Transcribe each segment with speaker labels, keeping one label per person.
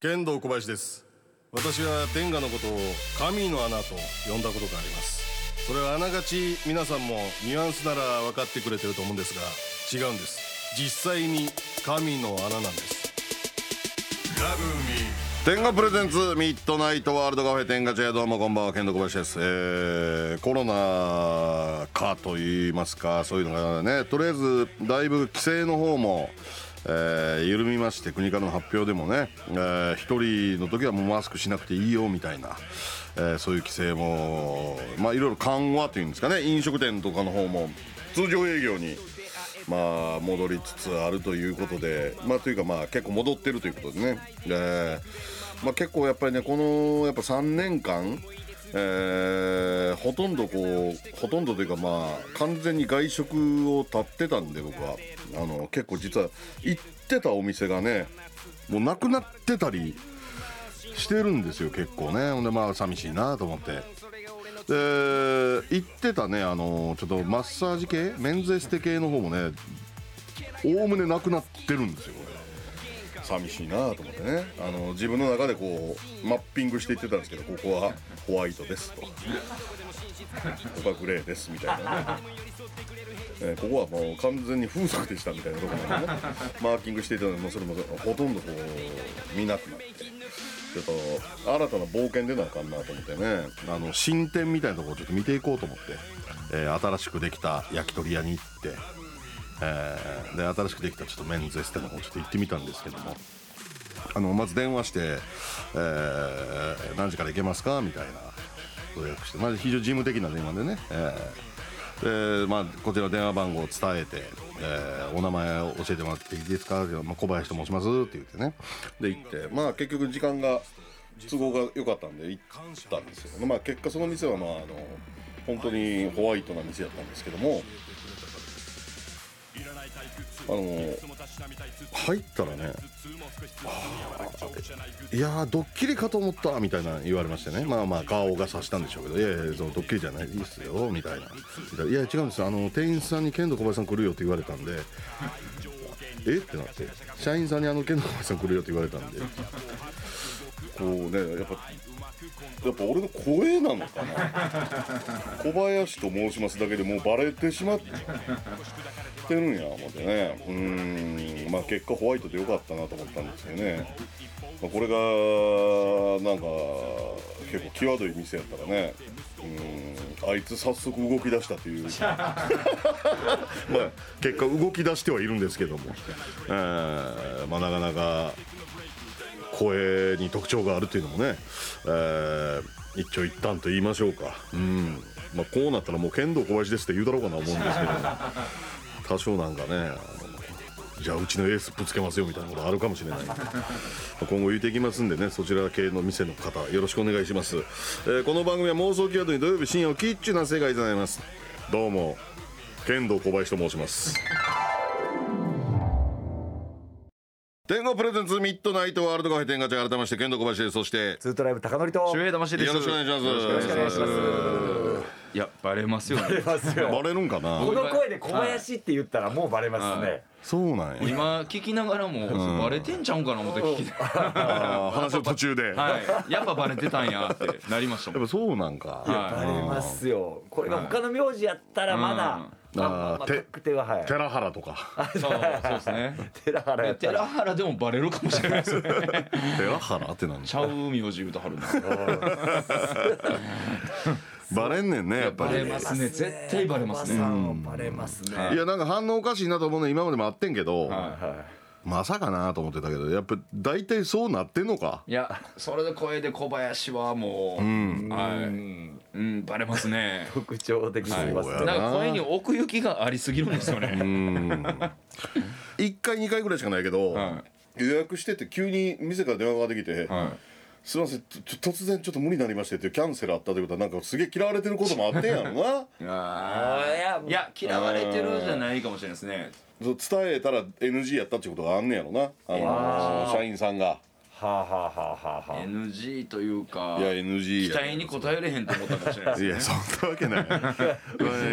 Speaker 1: 剣道小林です私は天下のことを神の穴と呼んだことがありますそれはあながち皆さんもニュアンスなら分かってくれてると思うんですが違うんです実際に神の穴なんです
Speaker 2: 天下プレゼンツミッドナイトワールドカフェ天下茶屋どうもこんばんは剣道小林です、えー、コロナかと言いますかそういうのがねとりあえずだいぶ規制の方も、えー緩みまして国からの発表でもね、えー、1人の時はもうマスクしなくていいよみたいな、えーそういう規制もまあいろいろ緩和というんですかね飲食店とかの方も通常営業にまあ戻りつつあるということでまあというかまあ結構戻ってるということでね、えーまあ、結構やっぱりねこのやっぱ3年間、えーほとんどこうほとんどというかまあ完全に外食を立ってたんで僕はあの結構実は行ってたお店がねもうなくなってたりしてるんですよ結構ねほんでまあ寂しいなと思って。で行ってたねあのちょっとマッサージ系メンズエステ系の方もねおおむねなくなってるんですよこれ寂しいなと思ってねあの自分の中でこうマッピングしていってたんですけどここはホワイトですとここはグレーですみたいなねえーここはもう完全に風俗でしたみたいなところまでねマーキングしていたのでもうそれもほとんどこう見なくなってちょっと新たな冒険出なあかんなと思ってねあの新店みたいなところをちょっと見ていこうと思って、えー新しくできた焼き鳥屋に行って、えーで新しくできたちょっとメンズエステの方ちょっと行ってみたんですけどもあのまず電話して、えー何時から行けますかみたいな予約して、まあ、非常に事務的な電話でね、えーでまあ、こちらの電話番号を伝えて、えーお名前を教えてもらっていいですかって、まあ、小林と申しますって言ってねで行ってまあ結局時間が都合が良かったんで行ったんですよ、まあ、結果その店はまああの本当にホワイトな店だったんですけどもあの入ったらねいやードッキリかと思ったみたいな言われましてねまあまあ顔が察したんでしょうけどいやいやそのドッキリじゃないですよみたいな「いや違うんですよあの店員さんに剣道小林さん来るよ」って言われたんで「えっ?」てなって社員さんに「あの剣道小林さん来るよ」って言われたんでこうねやっぱやっぱ俺の声なのかな小林と申しますだけでもうバレてしまってるんや思ってねうーんまあ結果ホワイトでよかったなと思ったんですけどね、まあ、これがなんか結構際どい店やったらねうーんあいつ早速動き出したというまあ結果動き出してはいるんですけども、えーまあ、なかなか声に特徴があるというのもね、えー一長一短と言いましょうか、うんまあ、こうなったらもう剣道小林ですって言うだろうかな思うんですけど多少なんかねあのじゃあうちのエースぶつけますよみたいなことあるかもしれないまあ今後言うていきますんでねそちら系の店の方よろしくお願いします、えーこの番組は妄想キーワードに土曜日深夜をキッチュな世界でございますどうも剣道小林と申します天狗プレゼンツミッドナイトワールドカフェ天下茶改めまして剣道小林ですそして
Speaker 3: ツートライブ高典と
Speaker 4: 周平魂です。
Speaker 2: よろしくお願いしますよろしくお願いします
Speaker 4: いや、バレますよ ね。
Speaker 3: ますよ
Speaker 2: バレるんかな
Speaker 3: この声で小林って言ったらもうバレますね、
Speaker 2: そうなんや
Speaker 4: 今聞きながらも、バレてんちゃうんかな思って聞きなが
Speaker 2: あー話の途中で、
Speaker 4: ら。はい、やっぱバレてたんやってなりました
Speaker 2: やっ
Speaker 4: もん。
Speaker 2: ぱそうなんか、
Speaker 4: は
Speaker 3: バレますよこれが他の名字やったらまだ、まあまあまあ
Speaker 2: て
Speaker 3: 確定ははい
Speaker 2: 寺原とか
Speaker 4: い、そう、そうですね。
Speaker 3: 寺原や
Speaker 4: え
Speaker 3: ったら
Speaker 4: 寺原でもバレるかもしれないですね。
Speaker 2: 寺原ってなんだ
Speaker 4: ちゃう名字言うとはるな。
Speaker 2: バレんねんねやっぱ
Speaker 4: バレ
Speaker 2: り
Speaker 4: ますね。絶対バレます
Speaker 3: おば
Speaker 4: ね。
Speaker 3: さんはバレますね、
Speaker 2: いやなんか反応おかしいなと思うね今までもあってんけど、
Speaker 4: は
Speaker 2: まさかなと思ってたけどやっぱ大体そうなってんのか
Speaker 4: い。いや、それで声で小林はもう、はい、うん、バレますね。
Speaker 3: 特徴的になりますね、
Speaker 2: そうや
Speaker 4: なんか声に奥行きがありすぎるんですよね。
Speaker 2: 1回2回ぐらいしかないけど、
Speaker 4: は
Speaker 2: 予約してて急に店から電話ができて、
Speaker 4: は
Speaker 2: すいませんちょちょ突然ちょっと無理になりましてっていうキャンセルあったということはなんかすげえ嫌われてること もあってんやろな
Speaker 4: い。あ
Speaker 3: いや
Speaker 4: ーいや、嫌われてるじゃないかもしれないですね。
Speaker 2: そう伝えたら NG やったっていうことがあんねやろなあの社員さんが
Speaker 3: はあ、はあはあはあはあ
Speaker 4: NG というか
Speaker 2: いや NG
Speaker 4: 期
Speaker 2: やね
Speaker 4: 待に応えれへんと思ったかもしれないです
Speaker 2: いやそんなわけない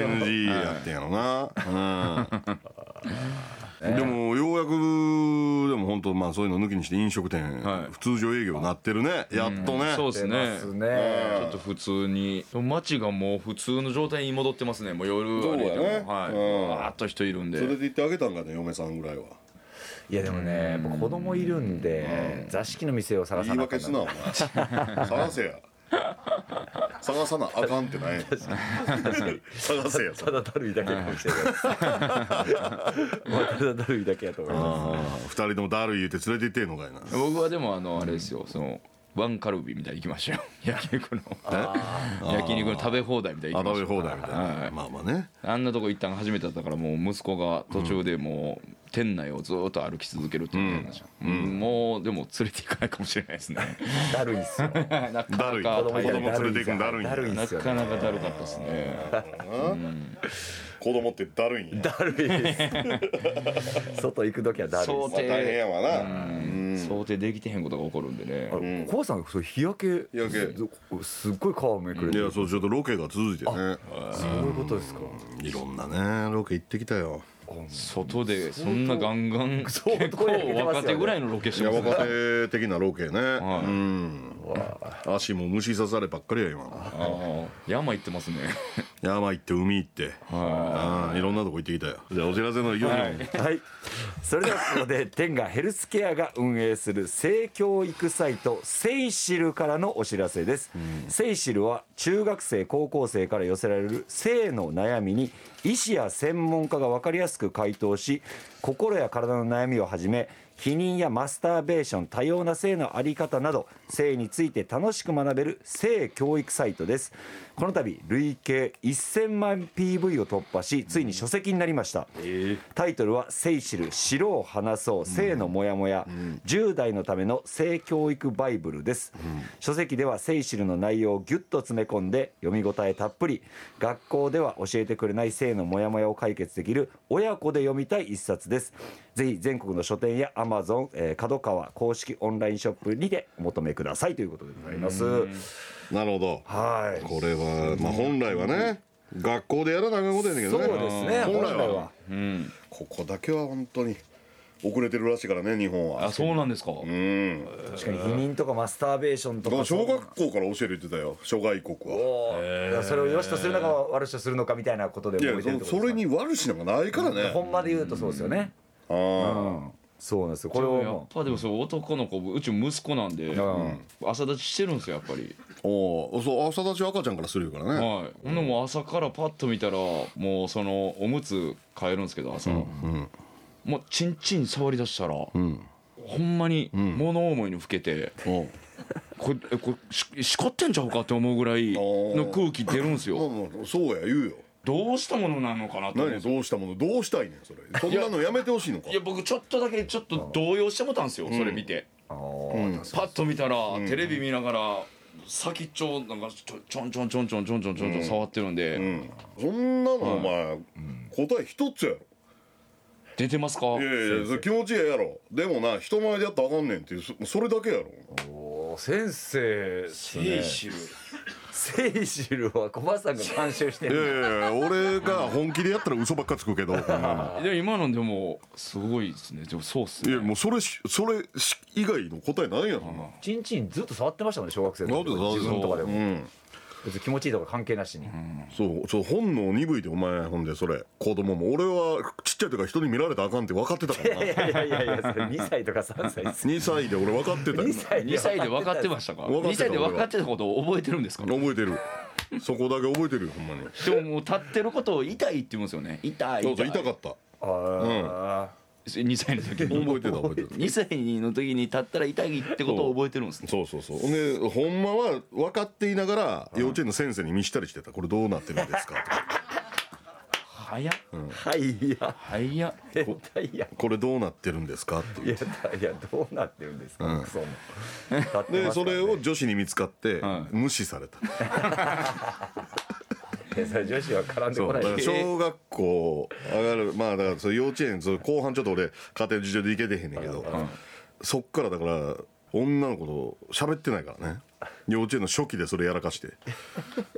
Speaker 2: NG やってんやろな、うんでもようやくでも本当まあそういうの抜きにして飲食店、
Speaker 4: はい
Speaker 2: 普通常営業になってるねやっとね、
Speaker 4: そうですね
Speaker 3: ですね
Speaker 4: ちょっと普通に街がもう普通の状態に戻ってますねもう夜
Speaker 2: そう
Speaker 4: あ
Speaker 2: だね
Speaker 4: れでもはい
Speaker 2: うん
Speaker 4: わーっと人いるんで
Speaker 2: それで行ってあげたんかね嫁さんぐらいはい
Speaker 3: やでもねやっぱ子供いるんで座敷の店を探さ
Speaker 2: 言い
Speaker 3: なあ
Speaker 2: 訳
Speaker 3: かん
Speaker 2: すなお前探せや探さなあかんってない探せや
Speaker 3: ただだるいだけかもしれないです。まあただだるいだけやと思いま
Speaker 2: あー二人ともだるい言うて連れて行ってんのかいな
Speaker 4: 僕はでもあのあれですよそのワンカルビみたいに行きましたよ 焼肉の焼肉の食べ放題みたいに行き
Speaker 2: 食
Speaker 4: ま
Speaker 2: べ放
Speaker 4: し
Speaker 2: 題みたいな、
Speaker 4: はい
Speaker 2: まあまあね
Speaker 4: たあんなとこ行ったん初めてだったからもう息子が途中でもう店内をずーっと歩き続けるっていう話、うんもうでも連れて行かないかもしれないですね
Speaker 3: す。だるいっすよ。
Speaker 4: なか な
Speaker 2: だ
Speaker 4: か
Speaker 2: るい
Speaker 4: な
Speaker 2: 子供
Speaker 3: いたら
Speaker 2: 連れて行くんだるいんや
Speaker 3: だるいっ
Speaker 4: な
Speaker 3: すよ
Speaker 4: かな
Speaker 3: ね。
Speaker 4: かだるかったですね
Speaker 2: 子供ってだるいんや
Speaker 3: だるいです。外行く時はだるいっ
Speaker 4: 想
Speaker 3: す。
Speaker 2: まあ大変
Speaker 4: 定
Speaker 2: やわな、
Speaker 4: 想定できてへんことが起こるんでね
Speaker 3: あれコウさんそう日焼け
Speaker 2: 日焼
Speaker 3: すっごい皮めくれ
Speaker 2: い
Speaker 3: てる
Speaker 2: やそうちょっとロケが続いてね
Speaker 3: そういうことですか
Speaker 2: いろんなねロケ行ってきたよ
Speaker 4: 外でそんなガンガ ン結
Speaker 3: 相当
Speaker 4: 構若手ぐらいのロケし
Speaker 2: い
Speaker 4: て
Speaker 2: や
Speaker 4: ますね
Speaker 2: 若手的なロケね、
Speaker 4: い
Speaker 2: うん足も虫刺さればっかりや今
Speaker 4: あー山行ってますね
Speaker 2: 山行って海行って
Speaker 4: は
Speaker 2: うんいろんなとこ行ってきたよじゃあお知らせの4、
Speaker 4: はい
Speaker 3: はいそれではここで天がヘルスケアが運営する性教育サイトセイシルからのお知らせです、セイシルは中学生高校生から寄せられる性の悩みに医師や専門家が分かりやすく回答し心や体の悩みをはじめ避妊やマスターベーション多様な性のあり方など性について楽しく学べる性教育サイトですこの度累計1000万 PV を突破しついに書籍になりました、タイトルは「セイシル白を話そう性のモヤモヤ」10代のための性教育バイブルです、書籍ではセイシルの内容をギュッと詰め込んで読み応えたっぷり学校では教えてくれない性のモヤモヤを解決できる親子で読みたい一冊ですぜひ全国の書店やアマゾン角川公式オンラインショップにてお求めくださいということでございます
Speaker 2: なるほど
Speaker 3: はい
Speaker 2: これは、まあ、本来はね学校でやらなあかんことやねんけ
Speaker 3: そ
Speaker 2: ど
Speaker 3: う
Speaker 2: ね
Speaker 3: ですね
Speaker 2: 本
Speaker 3: 本
Speaker 2: 来
Speaker 3: 来
Speaker 2: は
Speaker 3: は
Speaker 2: ここだけは本当に遅れてるらしいからね日本は
Speaker 4: あそうなんですか
Speaker 2: うん
Speaker 3: 確かに避妊とかマスターベーションとか
Speaker 2: 小学校から教える言ってたよ諸外国は
Speaker 3: だからそれを良しとするのか悪しとするのかみたいなことで
Speaker 2: い
Speaker 3: も
Speaker 2: や
Speaker 3: 置いてるってこ
Speaker 2: そ
Speaker 3: と
Speaker 2: そ
Speaker 3: で
Speaker 2: れ
Speaker 3: すか
Speaker 2: に悪しなんかないからね
Speaker 3: 本まで言うとそうですよね、
Speaker 2: あ
Speaker 3: う
Speaker 2: ー
Speaker 3: ん、そうなんですよこれ
Speaker 4: で
Speaker 3: を
Speaker 4: もやっ
Speaker 3: も
Speaker 4: ぱでもそう男の子うち息子なんで
Speaker 3: ん
Speaker 4: 朝立ちしてるんですよやっぱり
Speaker 2: おーそう朝立ち赤ちゃんからするからね
Speaker 4: はいほんでもう朝からパッと見たらもうそのおむつ変えるんですけど朝もうチンチン触り出したらほんまに物思いにふけて
Speaker 2: うん
Speaker 4: これえこれししこってんちゃうかって思うぐらいの空気出るんですよ
Speaker 2: まあまあそうや言うよ
Speaker 4: どうしたものなのかなと思うん
Speaker 2: 何
Speaker 4: ですよ
Speaker 2: どうしたものどうしたいねんそれそんなのやめてほしいのか
Speaker 4: いや僕ちょっとだけちょっと動揺してもたんですよそれ見て
Speaker 3: あー
Speaker 4: パッと見たらテレビ見ながら先っちょなんかちょちょんちょんちょんちょんちょんちょんちょん触ってるん
Speaker 2: う
Speaker 4: で
Speaker 2: んそんなのお前答え一つやろ
Speaker 4: 出てますか
Speaker 2: いやいやいやそれ気持ちええやろでもな人前でやったらあかんねんっていうそそれだけやろ
Speaker 3: おー先生です
Speaker 4: 精
Speaker 3: ね
Speaker 4: 子
Speaker 3: セイシルは小林さんが監修して
Speaker 2: い
Speaker 3: る
Speaker 2: やいや俺が本気でやったら嘘ばっかつくけどいや
Speaker 4: で今のでもすごいですねでもそうっすね
Speaker 2: もうそれしそれし以外の答えないやろな
Speaker 3: ちんちんずっと触ってましたもんね小学生の時
Speaker 2: なんで
Speaker 3: 自分とかで
Speaker 2: う
Speaker 3: も
Speaker 2: ん
Speaker 3: 別に気持ちいいとか関係なしに、
Speaker 2: そうそう本能鈍いでお前ほんでそれ子供も俺はちっちゃい時から人に見られたらあかんって分かってたから
Speaker 3: い
Speaker 2: な
Speaker 3: やいやいやいやそれ2歳とか3歳です
Speaker 2: 2歳で俺分かってたよ
Speaker 3: 2歳
Speaker 4: 2歳で分かってま
Speaker 3: し
Speaker 4: したか
Speaker 2: 分かってた
Speaker 4: 2歳で分かってたことを覚えてるんですかで
Speaker 2: 覚えてるそこだけ覚えてるよほんまに
Speaker 4: ももう立ってることを痛いって言うんですよね痛い
Speaker 2: そうそ
Speaker 4: 痛
Speaker 2: う痛
Speaker 4: い
Speaker 2: かった
Speaker 3: たあ
Speaker 4: 2歳の時に
Speaker 2: 覚えてた覚えてた
Speaker 4: 2歳の時に立ったら痛いってことを覚えてるんですね
Speaker 2: そうそうそうほんでほんまは分かっていながら幼稚園の先生に見したりしてたこれどうなってるんですかとか
Speaker 4: 早っ
Speaker 3: ーはいいや
Speaker 4: 早っ
Speaker 3: 変態や
Speaker 2: これどうなってるんですかって
Speaker 3: い
Speaker 2: い
Speaker 3: や
Speaker 2: う
Speaker 3: いやどうなってるんですか、クソも立って
Speaker 2: で
Speaker 3: ます
Speaker 2: そ
Speaker 3: からね
Speaker 2: れを女子に見つかって
Speaker 4: はい
Speaker 2: 無視された
Speaker 3: 天才女子は絡んで
Speaker 2: そう
Speaker 3: こな
Speaker 2: だか
Speaker 3: い
Speaker 2: ら小学校上がるまあだからそれ幼稚園それ後半ちょっと俺家庭の事情で行けてへんねんけどそっからだから女の子と喋ってないからね幼稚園の初期でそれやらかして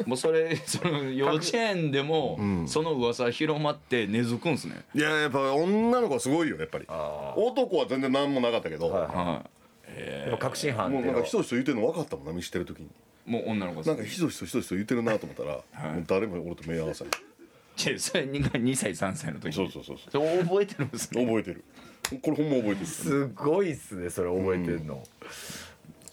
Speaker 4: もうそれ その幼稚園でもその噂広まって根付くんすね、
Speaker 2: いややっぱ女の子はすごいよやっぱり男は全然何もなかったけど、
Speaker 3: は
Speaker 4: は
Speaker 3: やっぱ確信犯
Speaker 2: も
Speaker 3: っ
Speaker 2: う
Speaker 3: てい
Speaker 2: な
Speaker 3: うん
Speaker 2: か
Speaker 3: のは
Speaker 2: ひとひと言うてるの分かったもんな見してる時に
Speaker 4: いもう女の子です
Speaker 2: なんかひとひとひとひと言うてるなと思ったら、もう誰も俺と目合わせない
Speaker 4: いやそれ2歳2歳3歳の時に
Speaker 2: そうそうそうそう
Speaker 4: それ覚えてるんですね
Speaker 2: 覚えてるこれほんま覚えてる
Speaker 3: すごいっすねそれ覚えてるの、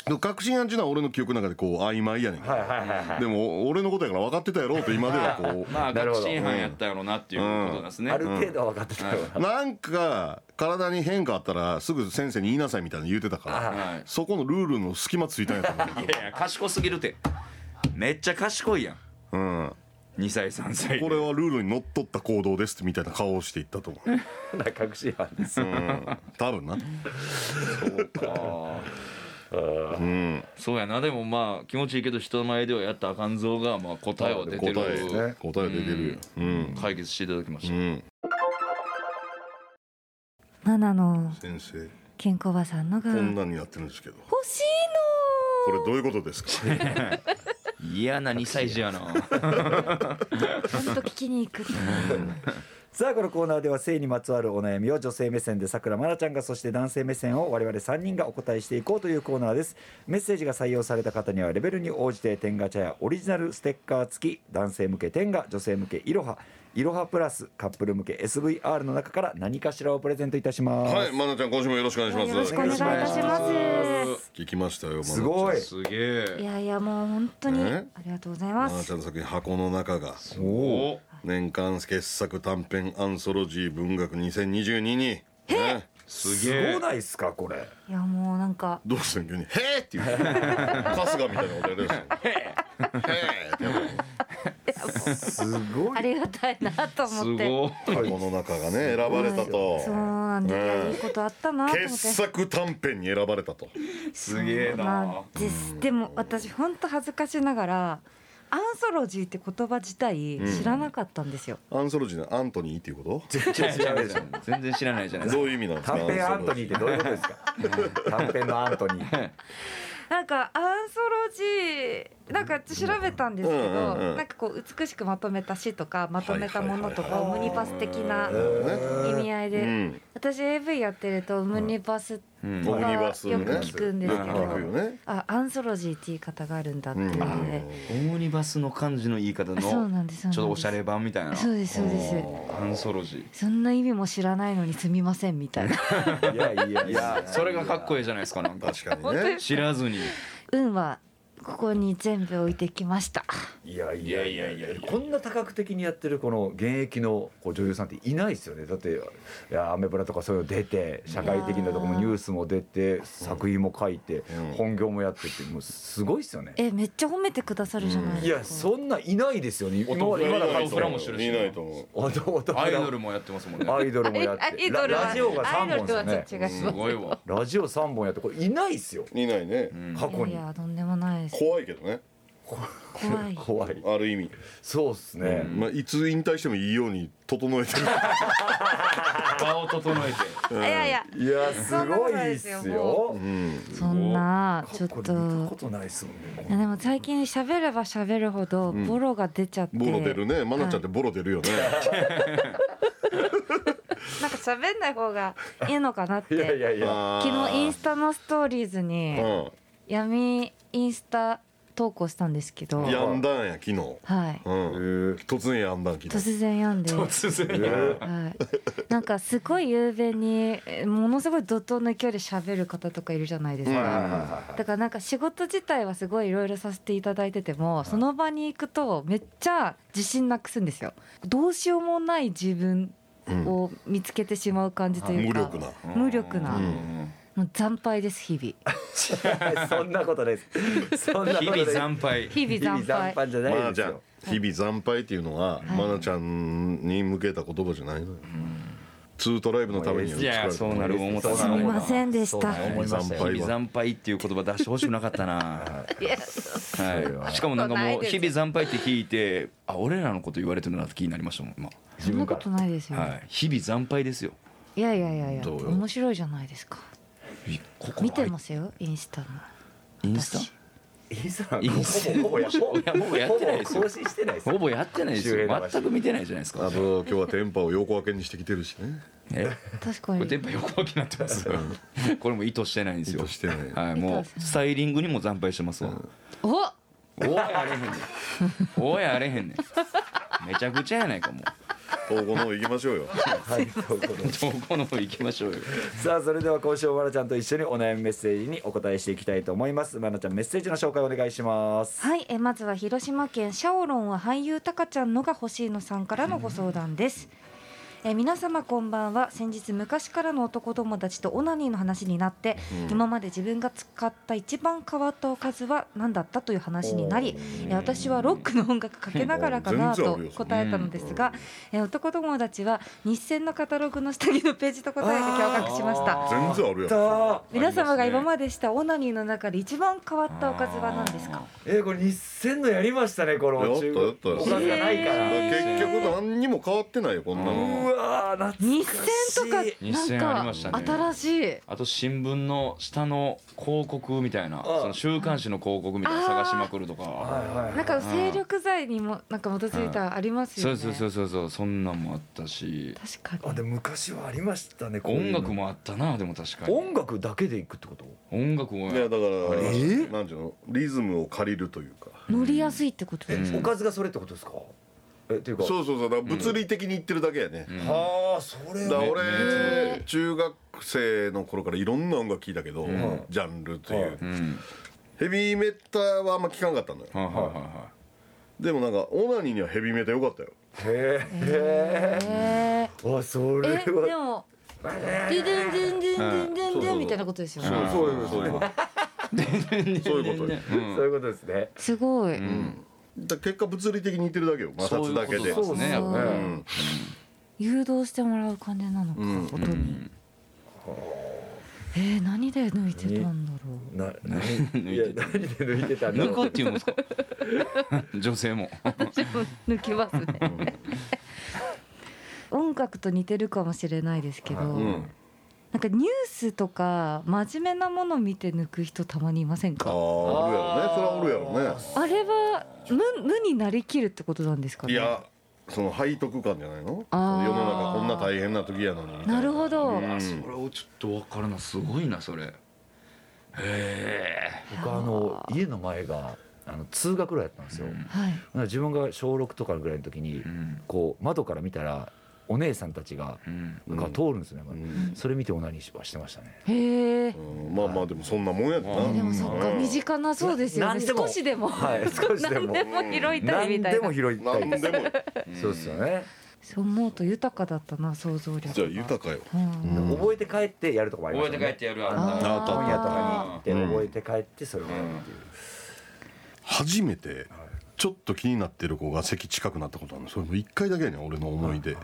Speaker 2: でも確信犯っていうのは俺の記憶の中でこう曖昧やねんけど、
Speaker 3: はいはいはいはい
Speaker 2: でも俺のことやから分かってたやろうと今では こう
Speaker 4: まあ
Speaker 3: なるほ
Speaker 4: 確
Speaker 3: ど
Speaker 4: 信犯やったやろうなっていうことなんですね、
Speaker 3: ある程度は分かってたよ
Speaker 2: な
Speaker 3: な、
Speaker 2: んか体に変化あったらすぐ先生に言いなさいみたいなの言うてたから
Speaker 4: はい
Speaker 2: そこのルールの隙間ついたんやと思う
Speaker 4: いやいや賢すぎるってめっちゃ賢いやん
Speaker 2: うん、
Speaker 4: 2歳3歳
Speaker 2: これはルールにのっとった行動ですみたいな顔をしていったと思う、
Speaker 3: な隠し犯です、
Speaker 2: うん、多分な
Speaker 4: あーそうやなでもまあ気持ちいいけど人前ではやったらあかんぞがまあ答えは出てる
Speaker 2: 答え、ね、答え出てるよ、うん
Speaker 4: 解決していただきました、
Speaker 2: うん、
Speaker 5: ナナの
Speaker 2: 先生
Speaker 5: ケンコバさんのが
Speaker 2: こ
Speaker 5: 欲
Speaker 2: んなんになってるんですけどこ
Speaker 5: しい
Speaker 2: れどういうことですか
Speaker 4: 嫌な2歳児やな
Speaker 5: のちょっと聞きに行く
Speaker 3: さあこのコーナーでは性にまつわるお悩みを女性目線でさくらまなちゃんがそして男性目線を我々3人がお答えしていこうというコーナーですメッセージが採用された方にはレベルに応じて天ガチャやオリジナルステッカー付き男性向け天ガ女性向けいろはいろはプラスカップル向け SVR の中から何かしらをプレゼントいたします、
Speaker 2: はいまなちゃん今週もよろしくお願いします
Speaker 5: よろしくお願いいたします
Speaker 2: 聞きましたよ、まなちゃん、
Speaker 3: すごい
Speaker 4: すげえ
Speaker 5: いやいやもう本当にあ
Speaker 2: え
Speaker 5: りがとうござい
Speaker 2: まな
Speaker 5: ます
Speaker 2: ちゃんの作品箱の中が
Speaker 4: お
Speaker 2: 年間傑作短編アンソロジー文学2022に、ね、
Speaker 4: す
Speaker 3: す
Speaker 4: げえ
Speaker 3: ごないっすかこれ
Speaker 5: いやもうなんか
Speaker 2: どうすん急に「へえ!」って言う春日みたいなことやるでしょ「へえ!」でも
Speaker 3: すご
Speaker 5: あ
Speaker 3: い
Speaker 5: りがたいなと
Speaker 4: す
Speaker 5: 思って
Speaker 4: ごい
Speaker 2: 箱の中がね選ばれたと
Speaker 5: そうなんだいやいいことあったなと思って
Speaker 2: 傑作短編に選ばれたと
Speaker 4: すげえ
Speaker 5: ま
Speaker 4: な
Speaker 5: あですでも私本当恥ずかしながらアンソロジーって言葉自体知らなかったんですよ、
Speaker 2: アンソロジーのアントニーっていうこと
Speaker 4: 全然知らないじゃん全然知らないじゃないです
Speaker 2: ど
Speaker 4: か
Speaker 2: ういう意味なんですか
Speaker 3: 短編アントニーってどういうことです か短編のアントニー
Speaker 5: なんかアンソロジーなんか調べたんですけど、
Speaker 2: うんうんうん
Speaker 5: なんかこう美しくまとめた詩とかまとめたものと
Speaker 2: は
Speaker 5: かをムニバス的な意味合いで、
Speaker 2: うん
Speaker 5: 私 AV やってるとムニバス
Speaker 4: うん
Speaker 5: と
Speaker 2: オム
Speaker 5: か
Speaker 2: ニ
Speaker 5: よ
Speaker 2: バ
Speaker 5: く
Speaker 2: スね
Speaker 5: 聞くんですけど、
Speaker 2: よく聞くよね
Speaker 5: あアンソロジーっていう言い方があるんだっていうので、
Speaker 4: オムニバスの漢字の言い方の
Speaker 5: あそうなんですそうなんです
Speaker 4: ちょっとおしゃれ版みたいな
Speaker 5: そうですそうです
Speaker 4: アンソロジー
Speaker 5: そんな意味も知らないのにすみませんみたいな
Speaker 3: いやいやいや
Speaker 4: いやそれがかっこいいじゃないですかなんか
Speaker 2: 確かにね
Speaker 4: 知ら ずに
Speaker 5: 運はここに全部置いてきました
Speaker 3: いやいやいやいやこんな多角的にやってるこの現役のこう女優さんっていないですよねだっていやアメブラとかそういうの出て社会的なとこもニュースも出て作品も書いて
Speaker 2: うん
Speaker 3: 本業もやってってもうすごいですよね
Speaker 5: えめっちゃ褒めてくださるじゃない
Speaker 3: い
Speaker 5: で
Speaker 3: や
Speaker 5: すか、
Speaker 3: そんないないですよね今まで
Speaker 4: 男
Speaker 3: 今だ
Speaker 4: が
Speaker 3: か
Speaker 4: い
Speaker 3: ら
Speaker 4: オフラもしてるし
Speaker 2: いないと思う
Speaker 3: おどおど
Speaker 4: アイドルもやってますもんね
Speaker 3: アイドルもや って
Speaker 5: アイドルは
Speaker 3: ララジオが3本ですよ
Speaker 5: アイドル
Speaker 3: ね
Speaker 5: とはちょっと違い
Speaker 4: す
Speaker 5: ます
Speaker 4: ごいわ
Speaker 3: ラジオ3本やってこれいないですよ
Speaker 2: いないね
Speaker 3: 過去
Speaker 5: い
Speaker 3: に
Speaker 5: やいやとんでもないです
Speaker 2: 怖いけどね
Speaker 5: 怖 い
Speaker 3: 怖い
Speaker 2: ある意味
Speaker 3: そうっすね
Speaker 2: まあいつ引退してもいいように整えてる
Speaker 4: 顔を整えて
Speaker 5: いやいや
Speaker 3: いやすごいっす
Speaker 5: そんなこ
Speaker 3: よ
Speaker 5: そんなちょっ
Speaker 3: 過去に見たこととないっすもんね
Speaker 5: いやでも最近喋れば喋るほどボロが出ちゃって、
Speaker 2: ボロ出るねマナちゃんってボロ出るよね
Speaker 5: なんか喋んない方がいいのかなって
Speaker 3: いやいやいや
Speaker 2: あー
Speaker 5: 昨日インスタのストーリーズに闇インスタ投稿したんですけど
Speaker 2: うんやんだんや昨日
Speaker 5: はい
Speaker 2: うん突然やんだん昨日
Speaker 5: 突然病んで
Speaker 4: 突然
Speaker 5: はい、なんかすごい雄弁にえものすごい怒涛の勢いで喋る方とかいるじゃないですか、だからなんか仕事自体はすごいいろいろさせていただいててもその場に行くとめっちゃ自信なくすんですよどうしようもない自分を見つけてしまう感じという
Speaker 2: 無
Speaker 5: か、
Speaker 2: 力な
Speaker 5: 無力な、もう惨敗です日 々
Speaker 3: そんなことないです。そんなこと
Speaker 4: 日
Speaker 3: ない
Speaker 4: 々惨敗
Speaker 5: 日々惨敗
Speaker 3: じゃな
Speaker 2: マ
Speaker 3: い
Speaker 2: ナ
Speaker 3: で
Speaker 2: ち
Speaker 3: す
Speaker 2: ゃん
Speaker 3: よ。
Speaker 2: 日々惨敗っていうのはマナちゃんに向けた言葉じゃないのよツートライブのために
Speaker 4: いや
Speaker 2: 作
Speaker 4: そ
Speaker 2: ら
Speaker 4: う
Speaker 2: れた
Speaker 4: なる思った
Speaker 5: すみませんでした
Speaker 3: そう思いました
Speaker 2: 惨
Speaker 3: よ
Speaker 2: 敗
Speaker 4: 日々惨敗っていう言葉出してほしくなかった な、
Speaker 5: いや
Speaker 4: はい、しかもなんかもう日々惨敗って聞いてあ俺らのこと言われてるなって気になりましたもん今、
Speaker 5: そんなことないですよ、
Speaker 4: はい、日々惨敗ですよ
Speaker 5: いやいやいやいや
Speaker 2: どうよ
Speaker 5: 面白いじゃないですか見てますよインスタの
Speaker 6: インス
Speaker 3: インスタ
Speaker 6: インスタ
Speaker 3: ほぼほぼや
Speaker 6: いやほぼやってないですよ
Speaker 3: ほぼ更新してないです
Speaker 6: タほ
Speaker 3: よ
Speaker 6: ぼやってないです
Speaker 3: 周辺
Speaker 6: よ
Speaker 3: の
Speaker 6: 全く見てないじゃないですか
Speaker 2: あと今日は電波を横分けにしてきてるしね
Speaker 6: え
Speaker 5: 確か
Speaker 6: これ
Speaker 5: に
Speaker 6: 電波横分けになってますこれも意図してないんですよ
Speaker 2: 意図してない
Speaker 6: はいもうスタイリングにも惨敗してますわ
Speaker 5: お
Speaker 6: おいあれへんねんおいあれへんねんめちゃくちゃやないかもう
Speaker 2: 東郷の方行きましょうよ
Speaker 3: はいということで
Speaker 6: どこの方行きましょうよ
Speaker 3: さあそれでは今週もまなちゃんと一緒にお悩みメッセージにお答えしていきたいと思いますまなちゃんメッセージの紹介お願いします
Speaker 5: はい、えーまずは広島県シャオロンは俳優たかちゃんのが欲しいのさんからのご相談です。えー皆様こんばんは先日昔からの男友達とオナニーの話になって、今まで自分が使った一番変わったおかずは何だったという話になり、えー私はロックの音楽かけながらかな
Speaker 2: 全然あ
Speaker 5: と
Speaker 2: るよ
Speaker 5: 答えたのですが、えー男友達は日銭のカタログの下着のページと答えて驚愕しました。
Speaker 2: 全然あるやん
Speaker 3: さあ
Speaker 5: 皆様が今までしたオナニーの中で一番変わったおかずは何ですか
Speaker 3: えーこれ日銭のやりましたねこの
Speaker 2: やったやった
Speaker 3: お金がないから、
Speaker 2: 結局何にも変わってないよこんなの
Speaker 3: うわー懐
Speaker 5: 日
Speaker 3: か
Speaker 5: 銭とか
Speaker 3: しい
Speaker 6: 日銭あり
Speaker 5: な
Speaker 6: ま
Speaker 5: ん
Speaker 6: した
Speaker 5: か
Speaker 6: ね
Speaker 5: 新しい
Speaker 6: あと新聞の下の広告みたいな
Speaker 3: あ
Speaker 6: その週刊誌の広告みたいなの探しまくるとか
Speaker 3: はいはい
Speaker 5: なんか精力剤にもなんか基づいたありますよ
Speaker 6: そ
Speaker 5: ね
Speaker 6: うそうそうそうそうそんなんもあったし
Speaker 5: 確か
Speaker 3: あ
Speaker 5: に
Speaker 3: でも昔はありましたねこうい
Speaker 6: 音
Speaker 3: うの
Speaker 6: 楽もあったなでも確かに
Speaker 3: 音楽だけでいくってこと
Speaker 6: 音楽も
Speaker 2: いやだから、
Speaker 6: え
Speaker 2: なんていうのリズムを借りるというか
Speaker 5: 乗りやすいってこと
Speaker 3: え
Speaker 5: です
Speaker 6: うん
Speaker 3: おかずがそれってことですかえっていうか
Speaker 2: そうそうそうだから物理的に言ってるだけやね、
Speaker 6: うん
Speaker 3: はあそれ
Speaker 2: だから
Speaker 3: は
Speaker 2: 俺中学生の頃からいろんな音楽聴いたけど、
Speaker 3: ん
Speaker 2: ジャンルという、
Speaker 3: はい
Speaker 6: うん
Speaker 2: ヘビーメタはあんま聴かなかったのよ
Speaker 6: はいはいはいは
Speaker 2: でもなんかオナニーにはヘビーメタ良かったよ
Speaker 3: へえ
Speaker 5: え
Speaker 3: あそれ
Speaker 5: えで
Speaker 3: は
Speaker 5: も「ででんでんでんでんでんで
Speaker 2: うん
Speaker 5: ん」みたいなことですよ
Speaker 2: そう
Speaker 5: ね
Speaker 2: そういうそういうこと そういうことよ
Speaker 6: いうん
Speaker 3: そういうことですね
Speaker 5: すごい
Speaker 2: だから結果物理的に言ってるだけよ摩
Speaker 6: そうい
Speaker 2: 擦
Speaker 6: う
Speaker 2: だ
Speaker 6: こ
Speaker 2: けで
Speaker 6: とですねやっぱ
Speaker 5: そう
Speaker 6: り
Speaker 5: そ
Speaker 2: う
Speaker 5: う
Speaker 2: ん
Speaker 5: 誘導してもらう感じなのか
Speaker 2: うん
Speaker 5: 音にえー何で抜いてたんだろう
Speaker 3: な何いや
Speaker 6: 抜いて
Speaker 3: 何で抜いてたんだろ
Speaker 6: 抜
Speaker 3: う
Speaker 6: くっていうんですか 女性も
Speaker 5: 私も 抜きますね音楽と似てるかもしれないですけど、
Speaker 3: はい
Speaker 2: うん
Speaker 5: なんかニュースとか真面目なもの見て抜く人たまにいません
Speaker 2: あ
Speaker 5: か
Speaker 2: あおるやろねそれはおるやろね
Speaker 5: あれは無無になりきるってことなんですかね
Speaker 2: いやその背徳感じゃないの世
Speaker 5: あー
Speaker 2: の中こんな大変な時やのにみたい
Speaker 5: なるほど、
Speaker 2: うん
Speaker 6: それをちょっと分からなすごいなそれへえ
Speaker 3: 僕あの家の前があの通学路やったんですよ、
Speaker 5: はい
Speaker 3: だから自分が小6とかぐらいの時に、
Speaker 6: うん
Speaker 3: こう窓から見たらお姉さんたちが
Speaker 6: うん
Speaker 3: が通るんですね、
Speaker 2: ん
Speaker 3: それ見てオナニーしはしてましたね
Speaker 5: へえ
Speaker 2: うんまあまあでもそんなもんやでな
Speaker 6: うん
Speaker 5: でもそっか
Speaker 2: うん
Speaker 5: 身近なそうですよ
Speaker 3: な
Speaker 5: ね
Speaker 3: んでも
Speaker 5: 少しでも、
Speaker 3: はい少しでも
Speaker 5: 何でも拾いたい
Speaker 3: 何
Speaker 5: みた
Speaker 3: で
Speaker 5: いな
Speaker 3: も拾いた
Speaker 2: 何
Speaker 3: い
Speaker 2: でも
Speaker 3: そうですよね、
Speaker 5: そう思うと豊かだったな想像力が
Speaker 2: じゃあ豊かよ
Speaker 5: うん
Speaker 3: 覚えて帰ってやるとかもありま
Speaker 6: 覚
Speaker 3: し
Speaker 6: えて
Speaker 3: たね
Speaker 6: 帰ってやるあん
Speaker 5: あー
Speaker 6: な
Speaker 5: あった
Speaker 3: 本屋とかに行って
Speaker 2: うん
Speaker 3: 覚えて帰ってそれをやるっていう、
Speaker 2: 初めてちょっと気になってる子が席近くなったことあるのそれも一回だけやねん俺の思い出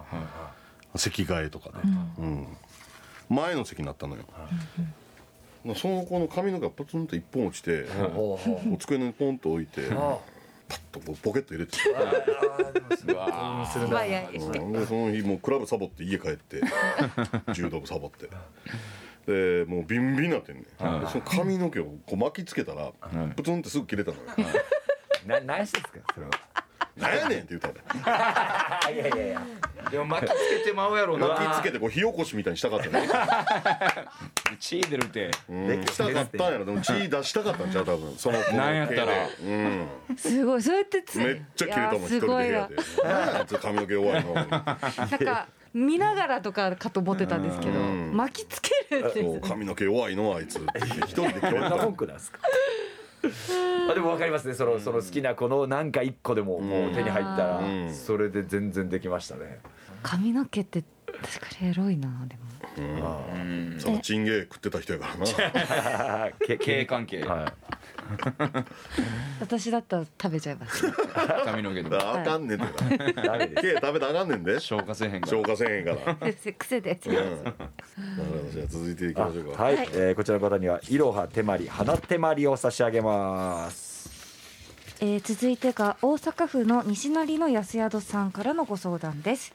Speaker 2: 席替えとかで、うん前の席になったのよ、その子の髪の毛がポツンと一本落ちて、
Speaker 3: ほうほう
Speaker 2: お机の上にポンと置いて、パッ
Speaker 3: あ
Speaker 2: とこうポケット入れて
Speaker 6: うわー
Speaker 5: 素早い
Speaker 2: うんでその日もうクラブサボって家帰って柔道部サボってでもうビンビンなってんねんでその髪の毛をこう巻きつけたらプツンってすぐ切れたのよ
Speaker 3: な何してんですかそれは
Speaker 2: 「なんやねん!」って言ったの
Speaker 3: あいやいやいや
Speaker 6: でも巻きつけてまうやろな
Speaker 2: 巻きつけてこう火起こしみたいにしたかったね
Speaker 6: 血出るって
Speaker 2: うんしたかったんやろでも血出したかったんちゃう多分その子の
Speaker 6: なんやったら
Speaker 2: 毛でうん
Speaker 5: すごいそうやってつ
Speaker 2: めっちゃ切れたもん一人で部
Speaker 5: いや
Speaker 2: 屋
Speaker 5: す
Speaker 2: でなんやあいつ髪の毛弱いの
Speaker 5: ごいななんか見ながらとかかと思ってたんですけど
Speaker 2: うん
Speaker 5: 巻きつけるって
Speaker 2: そう髪の毛弱いのあいつって一人で切れ
Speaker 3: どんな
Speaker 2: た
Speaker 3: 文句なんですかあでも分かりますねそのその好きな子のなんか一個でももう手に入ったら
Speaker 2: うん
Speaker 3: それで全然できましたね、
Speaker 5: 髪の毛って確かにエロいなでも
Speaker 3: あ
Speaker 2: そのチンゲ食ってた人やからな
Speaker 3: あけ
Speaker 6: 経営関係
Speaker 3: は
Speaker 5: 私だったら食べちゃいます
Speaker 6: 髪の毛と
Speaker 2: だか
Speaker 6: から
Speaker 2: あかんねんってない
Speaker 3: ダメです
Speaker 2: 毛食べたらあかんねんで
Speaker 6: 消化せえへんから
Speaker 2: 消化せえへんから。
Speaker 5: 癖で
Speaker 2: うん。なるほどじゃあ続いていきましょうか。
Speaker 3: はい、えーこちらの方には「いろは手まり花手まり」を差し上げます
Speaker 5: えー続いてが大阪府の西成の安宿さんからのご相談です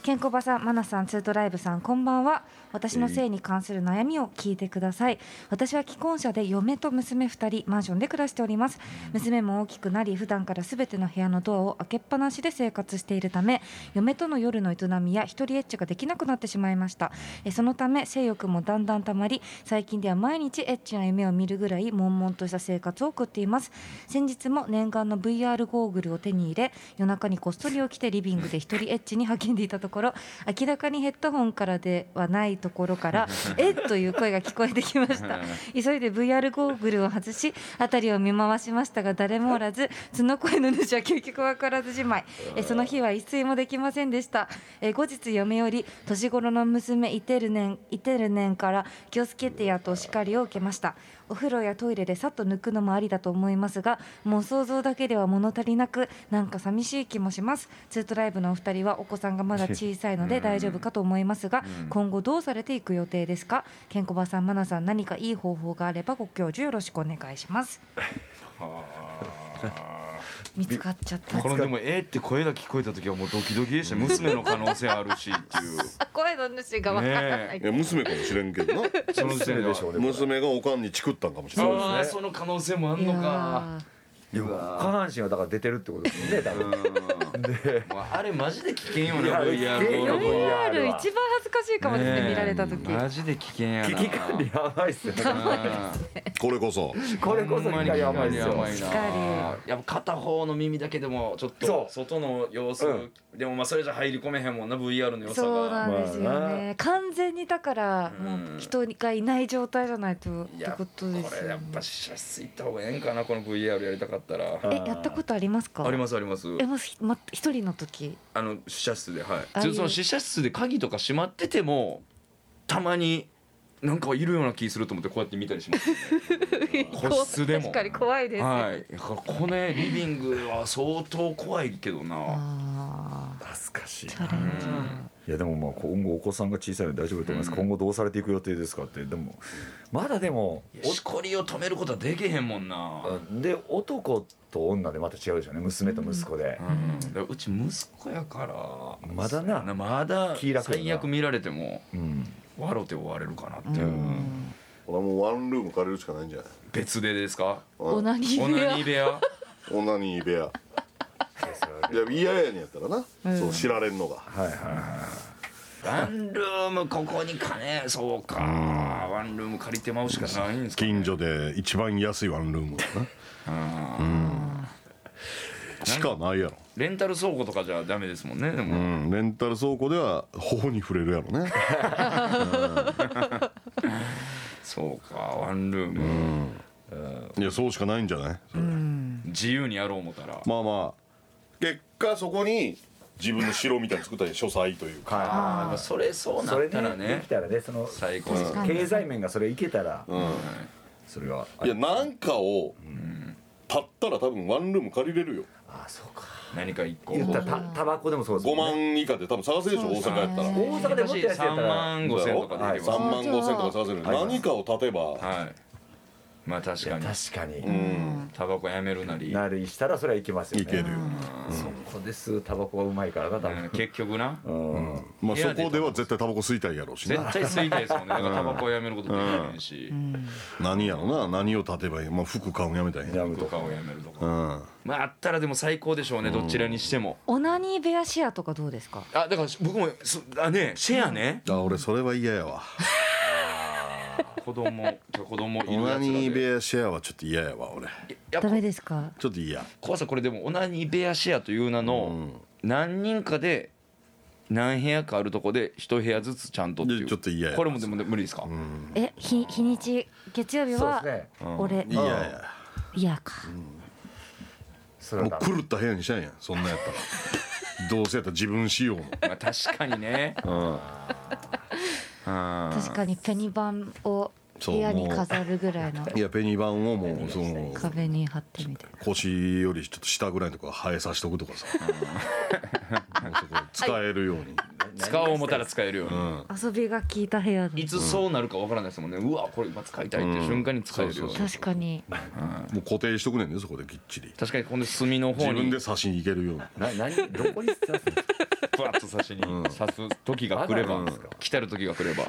Speaker 5: ケンコバさん、マナさん、ツートライブさん、こんばんは。私の性に関する悩みを聞いてください。私は既婚者で嫁と娘二人、マンションで暮らしております。娘も大きくなり、普段からすべての部屋のドアを開けっぱなしで生活しているため、嫁との夜の営みや一人エッチができなくなってしまいました。えそのため、性欲もだんだん溜まり、最近では毎日エッチな夢を見るぐらい悶々とした生活を送っています。先日も念願の VR ゴーグルを手に入れ、夜中にこっそり起きてリビングで一人エッチに励んでいたところ、明らかにヘッドホンからではないところから、えっという声が聞こえてきました。急いで VR ゴーグルを外し、辺りを見回しましたが誰もおらず、その声の主は究極わからずじまい。えその日は一睡もできませんでした。え後日嫁より年頃の娘イテルネンイテルネンから気をつけてやとお叱りを受けました。お風呂やトイレでさっと抜くのもありだと思いますがもう想像だけでは物足りなくなんか寂しい気もしますツートライブのお二人はお子さんがまだ小さいので大丈夫かと思いますが今後どうされていく予定ですかケンコバさんマナさん何かいい方法があればご教授よろしくお願いします見つかっちゃっ た
Speaker 4: このでもえーって声が聞こえた時はもうドキドキでした娘の可能性あるしっていう
Speaker 5: あ声の主がわからない
Speaker 2: いや娘かもしれんけどな
Speaker 4: その時点では
Speaker 3: ょう
Speaker 2: 娘がおかんにチクったんかもしれない
Speaker 4: ああその可能性もあん
Speaker 5: い
Speaker 4: の
Speaker 5: や
Speaker 4: か
Speaker 5: ー
Speaker 3: でも下半身はだから出てるってことですよね多分
Speaker 4: もうあれマジで危険よ
Speaker 3: い
Speaker 4: ね
Speaker 3: や
Speaker 4: VR
Speaker 3: 危険よ
Speaker 4: ゴーグ
Speaker 5: VR 一番恥ずかしいかもですね
Speaker 4: ル
Speaker 5: 見られた時
Speaker 4: マジで危険やな
Speaker 3: 危機管理やばいっすよね
Speaker 2: これこそ
Speaker 3: これこそ危機管理やばいっすよ
Speaker 5: しっか
Speaker 4: やっぱ片方の耳だけでもちょっ
Speaker 3: そ
Speaker 4: と
Speaker 3: う
Speaker 4: 外の様子、
Speaker 3: うん
Speaker 4: でもまあそれじゃ入り込めへんもんな VR の良さ
Speaker 5: そう
Speaker 4: が
Speaker 5: なんです
Speaker 3: ま
Speaker 5: よ
Speaker 3: あ
Speaker 5: ね。完全にだから、
Speaker 4: うん
Speaker 5: もう人がいない状態じゃないとっ
Speaker 4: い
Speaker 5: て
Speaker 4: や
Speaker 5: ことです
Speaker 4: これや
Speaker 5: よ
Speaker 4: っ
Speaker 5: ね。
Speaker 4: ぱ試写室行った方がええんかなこの VR やりたかったら
Speaker 5: え、やったことありますか。。
Speaker 4: ありますすあります
Speaker 5: え、もうひ、ま、一人の時。
Speaker 4: あの試写室ではい
Speaker 5: ああいう
Speaker 4: その試写室で鍵とか閉まっててもたまになんかいるような気すると思ってこうやって見たり します、ね、個室でも
Speaker 5: 確かに怖いです。
Speaker 4: はいだからこれリビングは相当怖いけどな
Speaker 5: ああ、
Speaker 3: 懐かしい
Speaker 5: チャレンジャー。
Speaker 3: いやでもまあ今後お子さんが小さいので大丈夫だと思います、今後どうされていく予定ですかってでもまだでも
Speaker 4: いやしこりを止めることはできへんもんな
Speaker 3: で男と女でまた違うでしょうね娘と息子で、
Speaker 4: うんだからうち息子やから
Speaker 3: まだな
Speaker 4: まだ
Speaker 3: 気楽やな
Speaker 4: 最悪見られても
Speaker 3: うん
Speaker 4: 笑うて終われるかなっていう、
Speaker 2: 俺はもうワンルーム借りるしかないんじゃない
Speaker 4: 別でですか
Speaker 5: オナニ
Speaker 4: オ
Speaker 5: ー部
Speaker 4: ナ
Speaker 5: 屋
Speaker 4: ニー部屋
Speaker 2: オナニー部屋いや嫌やねんやったらな、そう知られんのが
Speaker 3: はいはいは
Speaker 4: ワンルームここに金そうかワンルーム借りてまうしかないんですか
Speaker 2: 近所で一番安いワンルームうんしかないやろ
Speaker 4: レンタル倉庫とかじゃダメですもんねで
Speaker 2: う
Speaker 4: も
Speaker 2: んレンタル倉庫では頬に触れるやろね
Speaker 4: そうかワンルーム
Speaker 2: いやそうしかないんじゃないそれ
Speaker 4: 自由にやろう思ったら
Speaker 2: まあまあ結果そこに自分の城みたいに作ったり書斎というか
Speaker 4: あーまあそれそう
Speaker 3: い
Speaker 4: な
Speaker 3: そ
Speaker 4: っ
Speaker 3: れ
Speaker 4: たら
Speaker 3: で、ね、で
Speaker 4: ね
Speaker 3: きたらねその
Speaker 4: 最高です
Speaker 3: 経済面がそれいけたら、それはい
Speaker 2: やなんかを買ったら多分ワンルーム借りれるよ
Speaker 3: ああそうか
Speaker 4: 何か一個
Speaker 3: 言ったらたタバコでもそうです
Speaker 2: 5
Speaker 3: もんね
Speaker 2: 万以下で多分探せるでしょ大阪やったら
Speaker 5: そう
Speaker 3: 大阪でもっと安いやつや
Speaker 4: 3
Speaker 3: ったら
Speaker 4: 万5千とかでいけば
Speaker 2: 3万5千とか探せる
Speaker 3: はい
Speaker 2: 何かを立てば
Speaker 4: はいまあ確かに
Speaker 3: 確かに、
Speaker 5: うん
Speaker 4: タバコやめるなり
Speaker 3: なりしたらそれはいけますよね
Speaker 2: いけるよ
Speaker 3: そこですタバコがうまいからな多
Speaker 4: うん
Speaker 3: 分、
Speaker 4: 結局な
Speaker 3: うん
Speaker 2: まあ
Speaker 4: 部
Speaker 2: そ
Speaker 4: 屋で
Speaker 2: こでは絶対タバコ吸いたいやろうし
Speaker 4: 絶
Speaker 2: な
Speaker 4: 対吸いたいですもんねだからタバコやめることできへんし
Speaker 2: 何やろな何を立てばいいまあ服買うのやめたい
Speaker 3: ジャム
Speaker 4: と
Speaker 3: と
Speaker 4: か
Speaker 3: か
Speaker 4: をやめるとか
Speaker 2: うん
Speaker 4: まああったらでも最高でしょうねどちらにしても
Speaker 5: オナニー部屋シェアとかどうですか。
Speaker 4: あだから僕もそあねシェアね
Speaker 2: あ俺それは嫌やわ
Speaker 4: 子供子供いる
Speaker 2: オ
Speaker 4: や
Speaker 2: ナニー
Speaker 4: つ
Speaker 2: 部
Speaker 4: らで
Speaker 2: 屋シェアはちょっと嫌やわ俺
Speaker 4: やっ
Speaker 5: ダ
Speaker 4: ぱ
Speaker 5: メですか。
Speaker 2: ちょっと嫌
Speaker 4: 怖さこれでもオナニー部屋シェアという名の何人かで何部屋かあるとこで一部屋ずつちゃんとってい
Speaker 2: で
Speaker 4: う
Speaker 2: ちょっと嫌や
Speaker 4: これもでも無理ですか
Speaker 5: え、日、日にち、月曜日
Speaker 3: そうで
Speaker 5: は
Speaker 3: す。ね
Speaker 5: 俺、
Speaker 2: 嫌や
Speaker 5: いやか。
Speaker 3: それ
Speaker 2: も
Speaker 3: は
Speaker 2: う
Speaker 3: ダメ
Speaker 2: 狂った部屋にしたんやそんなんやった らどうせやったら自分仕様の
Speaker 4: まあ確かにね
Speaker 5: 確かにペニバンを
Speaker 2: そう
Speaker 5: 部屋に
Speaker 2: もう
Speaker 5: 飾るぐらいの
Speaker 2: いやペニバンをもうその
Speaker 5: 壁に貼ってみて
Speaker 2: 腰よりちょっと下ぐらいのところ生えさせておくとかさもうそこ使えるように、
Speaker 4: 使おう思ったら使えるように、
Speaker 5: 遊びが効いた部屋
Speaker 4: い
Speaker 5: で
Speaker 4: つそうなるかわからないですもんねうわこれ今使いたいって瞬間に使えるように、
Speaker 5: 確かに
Speaker 2: もう固定しとくねんねそこできっちり
Speaker 4: 確かにこの隅の
Speaker 2: 自
Speaker 4: 方
Speaker 2: 分
Speaker 4: に
Speaker 2: で差しに行けるように
Speaker 3: な何どこに刺すんですか
Speaker 4: ふわっと差しに刺す時が来れば
Speaker 3: まだなんですか
Speaker 4: 来たる時が来れば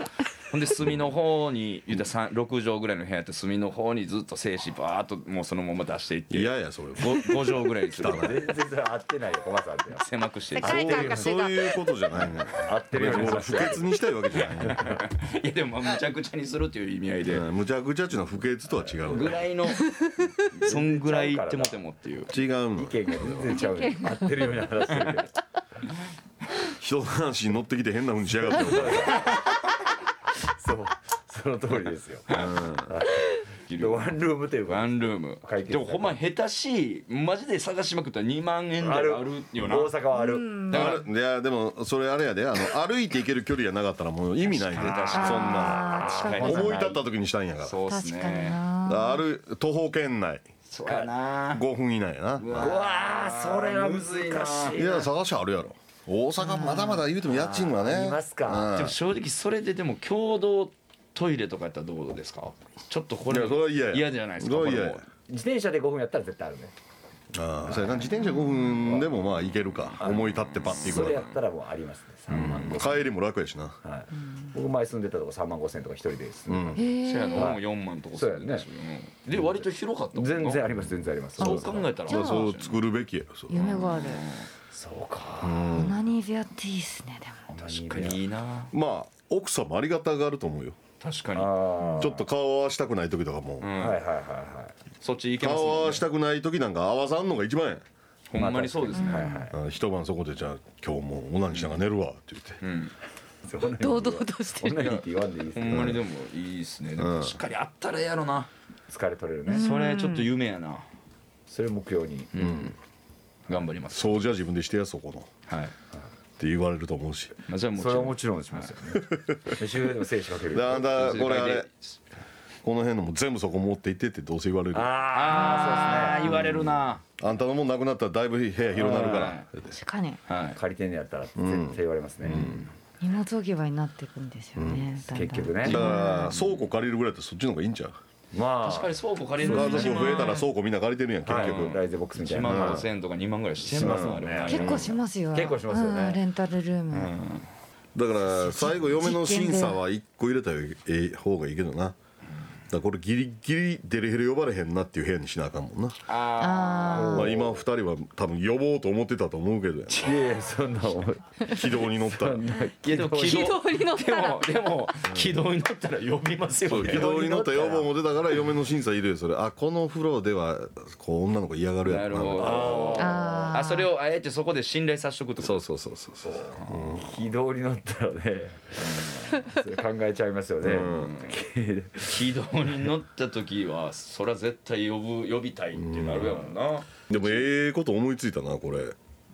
Speaker 4: ほんで隅の方に言うたら三6畳ぐらいの部屋やって隅の方にずっと精子バーっともうそのまま出していって
Speaker 2: いやいやそれ
Speaker 4: ご 5, 畳ぐらいにする
Speaker 3: 全然それ合ってないよ駒さんって
Speaker 4: 狭くしてい
Speaker 5: 世
Speaker 4: く
Speaker 5: 界観が
Speaker 2: そう
Speaker 5: 違う
Speaker 2: いうことじゃないね
Speaker 3: 合ってるように
Speaker 2: 俺
Speaker 3: しま
Speaker 2: 不潔にしたいわけじゃないね
Speaker 4: いやでもまあむちゃくちゃにするっていう意味合いで
Speaker 2: うんむちゃくちゃっちゅうのは不潔とは違う
Speaker 4: ぐ
Speaker 2: ね
Speaker 4: らいのそんぐらいいってもてもっていう
Speaker 2: 違うの
Speaker 3: 意見が全然ちゃうね合ってるように話してるけど
Speaker 2: 人の話に乗ってきて変なふうにしやがって
Speaker 3: そうその通りですよ、はいでワンルームという
Speaker 4: ワ
Speaker 3: か
Speaker 4: ンルーム
Speaker 3: 解決
Speaker 4: でもほんま下手しいマジで探しまくったら2万円台あるよな
Speaker 3: 大阪はある、
Speaker 4: だから
Speaker 2: あれいやでもそれあれやであの歩いて行ける距離がなかったらもう意味ないでそんな
Speaker 5: あー
Speaker 4: 確かに
Speaker 2: 思い立った時にしたいんやから
Speaker 4: そうっす
Speaker 5: 確かに
Speaker 4: ね
Speaker 5: な
Speaker 2: ある徒歩圏内
Speaker 4: そうやな
Speaker 2: 5分以内やな
Speaker 3: うわあそれは難しい
Speaker 2: いや探しはあるやろ大阪まだまだ言うても家賃はね
Speaker 3: ありますか
Speaker 2: うん
Speaker 4: でも正直それででも共同トイレとかやったらどうですかちょっとこれ
Speaker 2: いやそれは嫌や
Speaker 4: じゃないですか
Speaker 2: そ
Speaker 4: こ
Speaker 2: れは
Speaker 4: れ
Speaker 2: 嫌や
Speaker 4: も
Speaker 3: 自転車で5分やったら絶対あるね
Speaker 2: ああそうやな自転車5分でもまあ行けるか思い立ってパッて行
Speaker 3: そ
Speaker 2: く
Speaker 3: れや
Speaker 2: か
Speaker 3: ったらもうありますね3万5
Speaker 2: ら帰りも楽やしな
Speaker 3: はい、僕前住んでたとこ3万5千とか一人です、
Speaker 4: せやの
Speaker 3: はい
Speaker 4: 4万とかするんですようんで割と広かったもんな
Speaker 3: 全然あります全然あります
Speaker 4: そう考えたら
Speaker 5: じゃあ
Speaker 2: そう作るべきやろそう
Speaker 5: 夢がある
Speaker 3: そうか、
Speaker 5: オナニー部屋っていいっすねでも
Speaker 4: 確かにいいな
Speaker 2: まあ奥さんもありがたがあると思うよ
Speaker 4: 確かに
Speaker 3: あ
Speaker 2: ちょっと顔合わしたくない時とかも
Speaker 3: あはいはいはいはい
Speaker 4: そっち行けます
Speaker 2: 顔合
Speaker 4: もん
Speaker 2: わ
Speaker 4: ね
Speaker 2: したくない時なんか合わさんのが一番や
Speaker 4: ほんまにそうですね
Speaker 3: はいはい
Speaker 2: あ一晩そこでじゃあ今日もうオナニーしながら寝るわって言って
Speaker 3: そうね
Speaker 5: 堂々として
Speaker 3: そんな
Speaker 5: る
Speaker 3: にって言わんでいいです
Speaker 4: ほ
Speaker 3: よ
Speaker 4: んまにでもいいですねでも確かにあったらやろな
Speaker 3: 疲れ取れるね、
Speaker 4: それちょっと夢やな
Speaker 3: それを目標に、
Speaker 4: 頑張ります
Speaker 2: 掃除は自分でしてやそこのっ
Speaker 4: はい
Speaker 2: て言われると思うし
Speaker 4: まあじゃあもち
Speaker 3: それは
Speaker 4: ろ
Speaker 3: も
Speaker 4: ん
Speaker 3: ちろんしますよね週でも精子かける
Speaker 2: だんだんこれあれ
Speaker 4: で
Speaker 2: この辺のも全部そこ持って行ってってどうせ言われるあ
Speaker 4: あ
Speaker 3: ああ
Speaker 4: あ言われるな、
Speaker 2: んたのもんなくなったらだいぶ部屋広なるから
Speaker 4: はい
Speaker 2: って
Speaker 5: 確かに
Speaker 4: はい
Speaker 3: 借りてんのやったら絶対言われますね、
Speaker 5: 荷物置き場になっていくんですよね、だんだん
Speaker 3: 結局ね
Speaker 2: だから倉庫借りるぐらいだってそっちの方がいいんちゃう
Speaker 3: まあ
Speaker 4: 確かに倉庫借りる
Speaker 2: 家
Speaker 4: の
Speaker 2: 族増えたら倉庫みんな借りてるやん結
Speaker 3: はい
Speaker 2: 局、
Speaker 3: ライズボックスみた
Speaker 4: 1
Speaker 3: いな、
Speaker 4: 万5千円とか2万ぐらいしてますもんね
Speaker 5: 結構しますよ
Speaker 3: 結構しますよね
Speaker 5: うんレンタルルーム、
Speaker 2: だから最後嫁の審査は1個入れたよええ方がいいけどなだからこれギリギリデレヘレ呼ばれへんなっていう部屋にしなあかんもんな
Speaker 5: あ
Speaker 2: まあ、今2人は多分呼ぼうと思ってたと思うけどや
Speaker 3: いやいやそんな思い
Speaker 2: な軌道に乗ったら
Speaker 4: いやでも軌道
Speaker 5: 道に乗っ
Speaker 4: でもでも 軌道に乗ったら呼びますよね
Speaker 2: 軌道に乗った要望も出たから嫁の審査いるよそれあこの風呂ではこう女の子嫌がるや
Speaker 4: な
Speaker 2: ろ
Speaker 4: る
Speaker 2: な
Speaker 4: ほど
Speaker 5: あ
Speaker 4: あそれをあえてそこで信頼させとくと
Speaker 2: そうそうそうそうそう
Speaker 3: 軌道に乗ったらねそれ考えちゃいますよね、
Speaker 4: 軌道に乗った時はそりゃ絶対呼ぶ呼びたいってなるやもんな
Speaker 2: でもええこと思いついたなこれ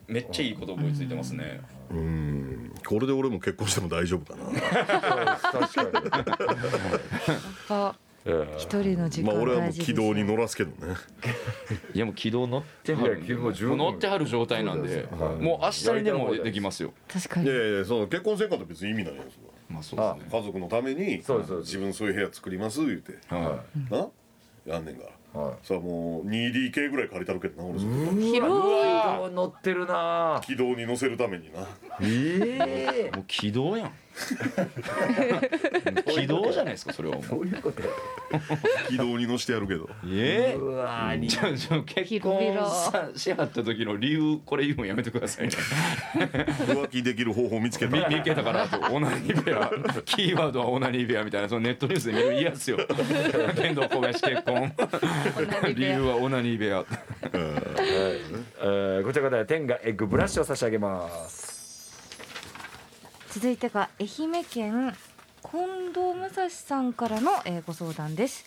Speaker 4: めっちゃいいこと思いついてますね
Speaker 2: これで俺も結婚しても大丈夫かな
Speaker 3: 確かに
Speaker 5: あ一人の時
Speaker 2: ま
Speaker 5: 間
Speaker 2: あ俺はも
Speaker 5: 大
Speaker 2: う
Speaker 5: 事です
Speaker 2: 軌道
Speaker 5: よ
Speaker 2: に乗らすけどね
Speaker 4: いやもう軌道乗ってはる
Speaker 3: いや軌道十分
Speaker 4: もう乗ってはる状態なんでもう明日にでもできますよ
Speaker 5: 確か
Speaker 2: い
Speaker 5: に
Speaker 2: やいやその結婚せんかったら別に意味ないよそ
Speaker 4: まあそうですね
Speaker 2: れは家族のために
Speaker 3: そうですそうです
Speaker 2: 自分そういう部屋作ります言うて
Speaker 4: は
Speaker 2: なやんねんから、
Speaker 3: はい
Speaker 2: それはもう 2DK ぐらい借りたるけどな俺それ
Speaker 5: 広い
Speaker 3: 軌道乗ってるな
Speaker 2: 軌道に乗せるためにな
Speaker 3: ええ
Speaker 4: いもう軌道 やん軌道じゃないですかそれはもう
Speaker 3: どういうこと
Speaker 2: 軌道に乗してやるけど
Speaker 4: え
Speaker 3: うわーに
Speaker 4: じゃあじゃあ結婚さしはった時の理由これ言うのやめてくださいね
Speaker 2: 浮気できる方法見つけた
Speaker 4: 見受けたからとオナニーベア キーワードはオナニーベアみたいなそのネットニュースで見るの嫌っすよ剣道小林結婚理由はオナニーベア
Speaker 3: えーこちらから天がエッグブラシを差し上げます
Speaker 5: 続いてが愛媛県近藤武蔵さんからの、えーご相談です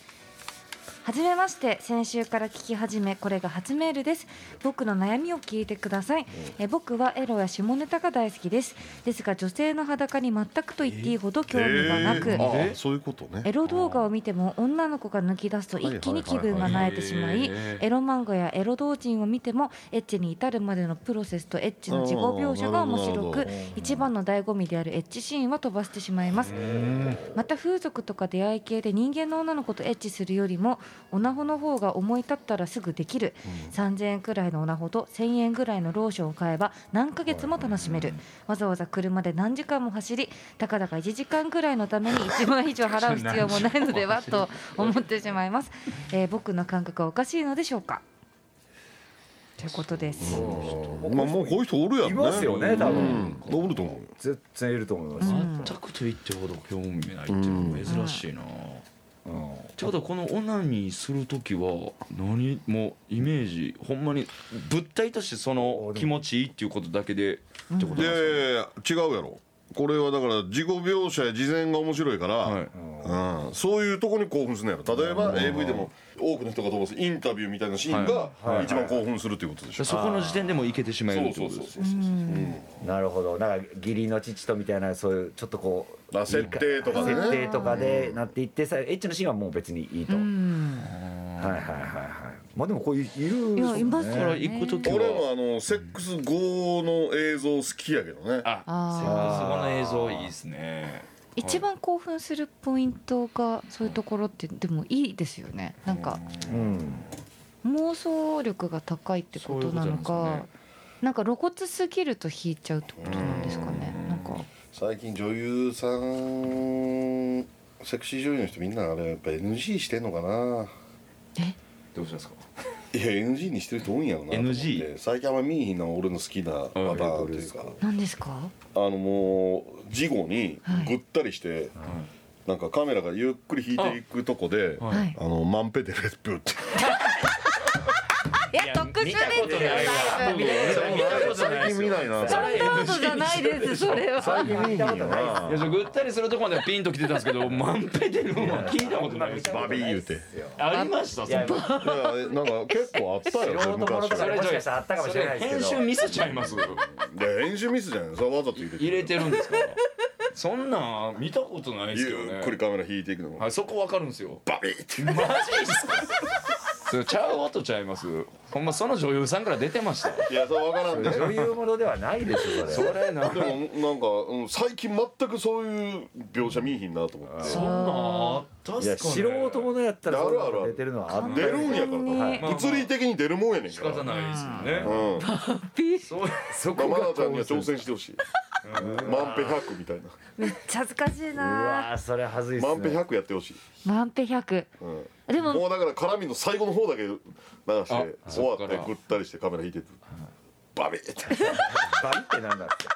Speaker 5: はじめまして先週から聞き始めこれが初メールです僕の悩みを聞いてくださいえ僕はエロや下ネタが大好きですですが女性の裸に全くと言っていいほど興味がなく、
Speaker 2: えーあそういうことね
Speaker 5: エロ動画を見ても女の子が抜き出すと一気に気分が萎えてしまいエロ漫画やエロ同人を見てもエッチに至るまでのプロセスとエッチの自己描写が面白
Speaker 2: あーなるほどな
Speaker 5: く一番の醍醐味であるエッチシーンは飛ばしてしまいますまた風俗とか出会い系で人間の女の子とエッチするよりもオナホの方が思い立ったらすぐできる3000円くらいのオナホと1000円くらいのローションを買えば何ヶ月も楽しめるわざわざ車で何時間も走りたかだか1時間くらいのために1万以上払う必要もないのではと思ってしまい ます、えー僕の感覚はおかしいのでしょうかということです
Speaker 2: まあもうこういう人おるやんね
Speaker 3: いますよね多分
Speaker 2: うんおると思う
Speaker 3: 絶対いると思います、
Speaker 4: 全くと言ってほど興味ないっていうのは珍しいな、
Speaker 3: うん
Speaker 4: ちょうどこのオナニーする時は何もうイメージほんまに物体としてその気持ちいいっていうことだけでってことなん
Speaker 2: い
Speaker 4: で
Speaker 2: や
Speaker 4: す
Speaker 2: い
Speaker 4: か
Speaker 2: やいや違うやろこれはだから自己描写や事前が面白いから、
Speaker 4: はい
Speaker 2: うん、そういうとこに興奮するのやろ例えば AV でも多くの人が飛ばすインタビューみたいなシーンが一番興奮するっていうことでしょ、
Speaker 4: そこの時点でもいけてしまえるって
Speaker 2: そ
Speaker 4: こ
Speaker 2: う
Speaker 4: と
Speaker 2: そう
Speaker 4: で
Speaker 2: そう
Speaker 4: す
Speaker 2: そうそう
Speaker 3: なるほどなんか義理の父とみたいなそういうちょっとこう
Speaker 2: まあ設定とかでね
Speaker 3: 設定とかでなっていってさエッチのシーンはもう別にいいと、
Speaker 5: うん
Speaker 3: はいはいはいはいまあでもこういういる
Speaker 5: いやいます
Speaker 4: だか
Speaker 5: よ
Speaker 4: ら
Speaker 5: ね
Speaker 4: 行く時
Speaker 2: 俺
Speaker 4: は
Speaker 2: もあのセックス後の映像好きやけどね
Speaker 4: あ
Speaker 5: あ
Speaker 4: セックス後の映像いいですね
Speaker 5: 一番興奮するポイントがそういうところってでもいいですよねなんか
Speaker 3: うん
Speaker 5: 妄想力が高いってことなの
Speaker 4: そういうことな
Speaker 5: か
Speaker 4: んで
Speaker 5: なんか露骨すぎると引いちゃうってことなんですかねなんか
Speaker 2: 最近女優さんセクシー女優の人みんなあれやっぱ NG してんのかな
Speaker 5: え
Speaker 4: どうしたんですか
Speaker 2: いや NG にしてる人多いんやろなと思って
Speaker 4: NG
Speaker 2: 最近あんま見えひんな俺の好きなパターンというか
Speaker 5: 何ですか
Speaker 2: あのもう事後にぐったりして、なんかカメラがゆっくり引いていくとこで、
Speaker 5: はいはい
Speaker 2: あのマンペでレップって
Speaker 5: いや特殊ですよだいぶ
Speaker 2: 最近見ないな
Speaker 5: スタンダードじゃないですそれは
Speaker 2: 最近見えへんよない
Speaker 4: やそうぐったりするとこまではピンときてたんですけ ど満杯でるのは聞いたことないです
Speaker 2: バビー言うてい
Speaker 4: ありましたそ
Speaker 3: いや
Speaker 4: れ
Speaker 2: やなんか結構あったよ
Speaker 3: 素人ものとか
Speaker 2: 昔
Speaker 3: もしかしたらあったかもしれないですけ
Speaker 4: 編
Speaker 3: ど
Speaker 4: 集ミスちゃいます
Speaker 2: いや編集ミスじゃないそうわざと入れて
Speaker 4: 入れてるんですかそんなん見たことないですけど
Speaker 2: ゆっくり
Speaker 4: ね
Speaker 2: カメラ引いていくのも
Speaker 4: はいそこわかるんですよ
Speaker 2: バビーって
Speaker 4: マジですかそれちゃう音ちゃいますほんまその女優さんから出てました
Speaker 2: いやそれ分からんで
Speaker 3: 女優ものではないでしょそ
Speaker 4: そ
Speaker 3: れ
Speaker 4: れな
Speaker 2: でもなんか、うん、最近全くそういう描写見えひんなと思って
Speaker 4: そんなんあったっ
Speaker 3: いや
Speaker 4: すかね
Speaker 3: 素人ものやったら
Speaker 2: あ
Speaker 3: そ
Speaker 2: る
Speaker 3: れ
Speaker 2: ある
Speaker 3: が出てるのはあった
Speaker 2: 出るんやから
Speaker 4: 完
Speaker 2: と
Speaker 4: 全に
Speaker 2: 物理的に出るもんやねん
Speaker 4: 仕
Speaker 2: から
Speaker 4: 方ないですよね
Speaker 2: うん
Speaker 4: そう
Speaker 3: そ
Speaker 2: まあ、
Speaker 3: こ
Speaker 2: マ
Speaker 3: が
Speaker 2: ナちゃんには挑戦してほしい。満ペ百みたいな。
Speaker 5: めっちゃ恥ずかしいうな
Speaker 3: わーそれはずいっすね
Speaker 2: 満ペ百やってほしい。
Speaker 5: 万ペ百
Speaker 2: うん
Speaker 5: で
Speaker 2: も
Speaker 5: も
Speaker 2: うだから絡みの最後の方だけ流して
Speaker 4: あ
Speaker 2: 終わっ
Speaker 4: そ
Speaker 2: て
Speaker 4: っから
Speaker 2: ぐったりしてカメラ引いててバビーって
Speaker 3: バリってなんだって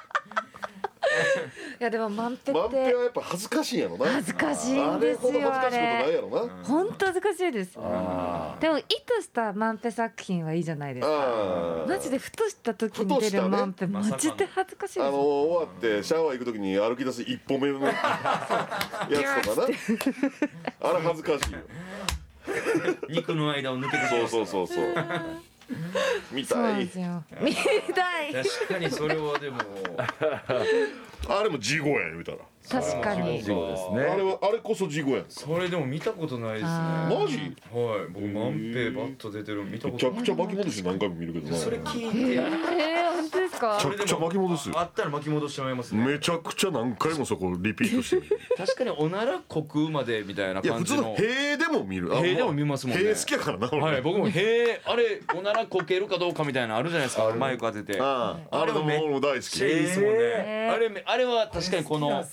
Speaker 5: いやでも万ペっ
Speaker 2: 満ペ
Speaker 5: て
Speaker 2: はやっぱ恥ずかしいんやろな
Speaker 5: 恥ずかしいん
Speaker 2: あれ
Speaker 5: です
Speaker 2: ほど恥ず
Speaker 5: よあ
Speaker 2: かしいことない
Speaker 5: れ
Speaker 2: やろな
Speaker 5: 本当恥ずかしいです
Speaker 3: あ
Speaker 5: でも意図した万ペ作品はいいじゃないですか
Speaker 2: あ
Speaker 5: マジでふとした時に出るマンペ、マジで恥ずかしい
Speaker 2: あ
Speaker 5: です
Speaker 2: の終わってシャワー行く時に歩き出す一歩 目のやつとかなあれ恥ずかしいよ
Speaker 4: 肉の間を抜けて
Speaker 2: そうそうそうそう見
Speaker 5: そうな
Speaker 2: た
Speaker 5: ん
Speaker 2: い
Speaker 5: ですよ見たい
Speaker 4: 確かにそれはでも
Speaker 2: あれも事後や言うたら
Speaker 5: 確かに
Speaker 3: ーそうです
Speaker 2: あ
Speaker 3: ね
Speaker 2: れはあれこそ事後やん
Speaker 4: それでも見たことないですね
Speaker 5: あ
Speaker 4: は
Speaker 2: マジ
Speaker 4: い僕マンペバッと出てるの見た
Speaker 2: め
Speaker 4: こ
Speaker 2: ち
Speaker 4: と
Speaker 2: ゃ
Speaker 4: ない
Speaker 2: くちゃ巻き戻し何回も見るけどな
Speaker 4: それ聞いて
Speaker 5: えー、本当ですか
Speaker 2: ちゃくちゃ巻き戻すよ
Speaker 4: あったら巻き戻してもらいますね
Speaker 2: めちゃくちゃ何回もそこリピートして みる
Speaker 4: 確かにおならこくまでみたいない
Speaker 2: や
Speaker 4: 感
Speaker 2: 普
Speaker 4: じ
Speaker 2: 通の
Speaker 4: の
Speaker 2: 塀でも見るあ
Speaker 4: 塀でも見ますもんね
Speaker 2: 塀好きやからな俺、
Speaker 4: はい僕もへえあれおならこけるかどうかみたいなのあるじゃないですかマイク当てて
Speaker 2: あああれも俺も大好き
Speaker 4: シェイですもんね
Speaker 5: えー
Speaker 4: あれあれは確かにこの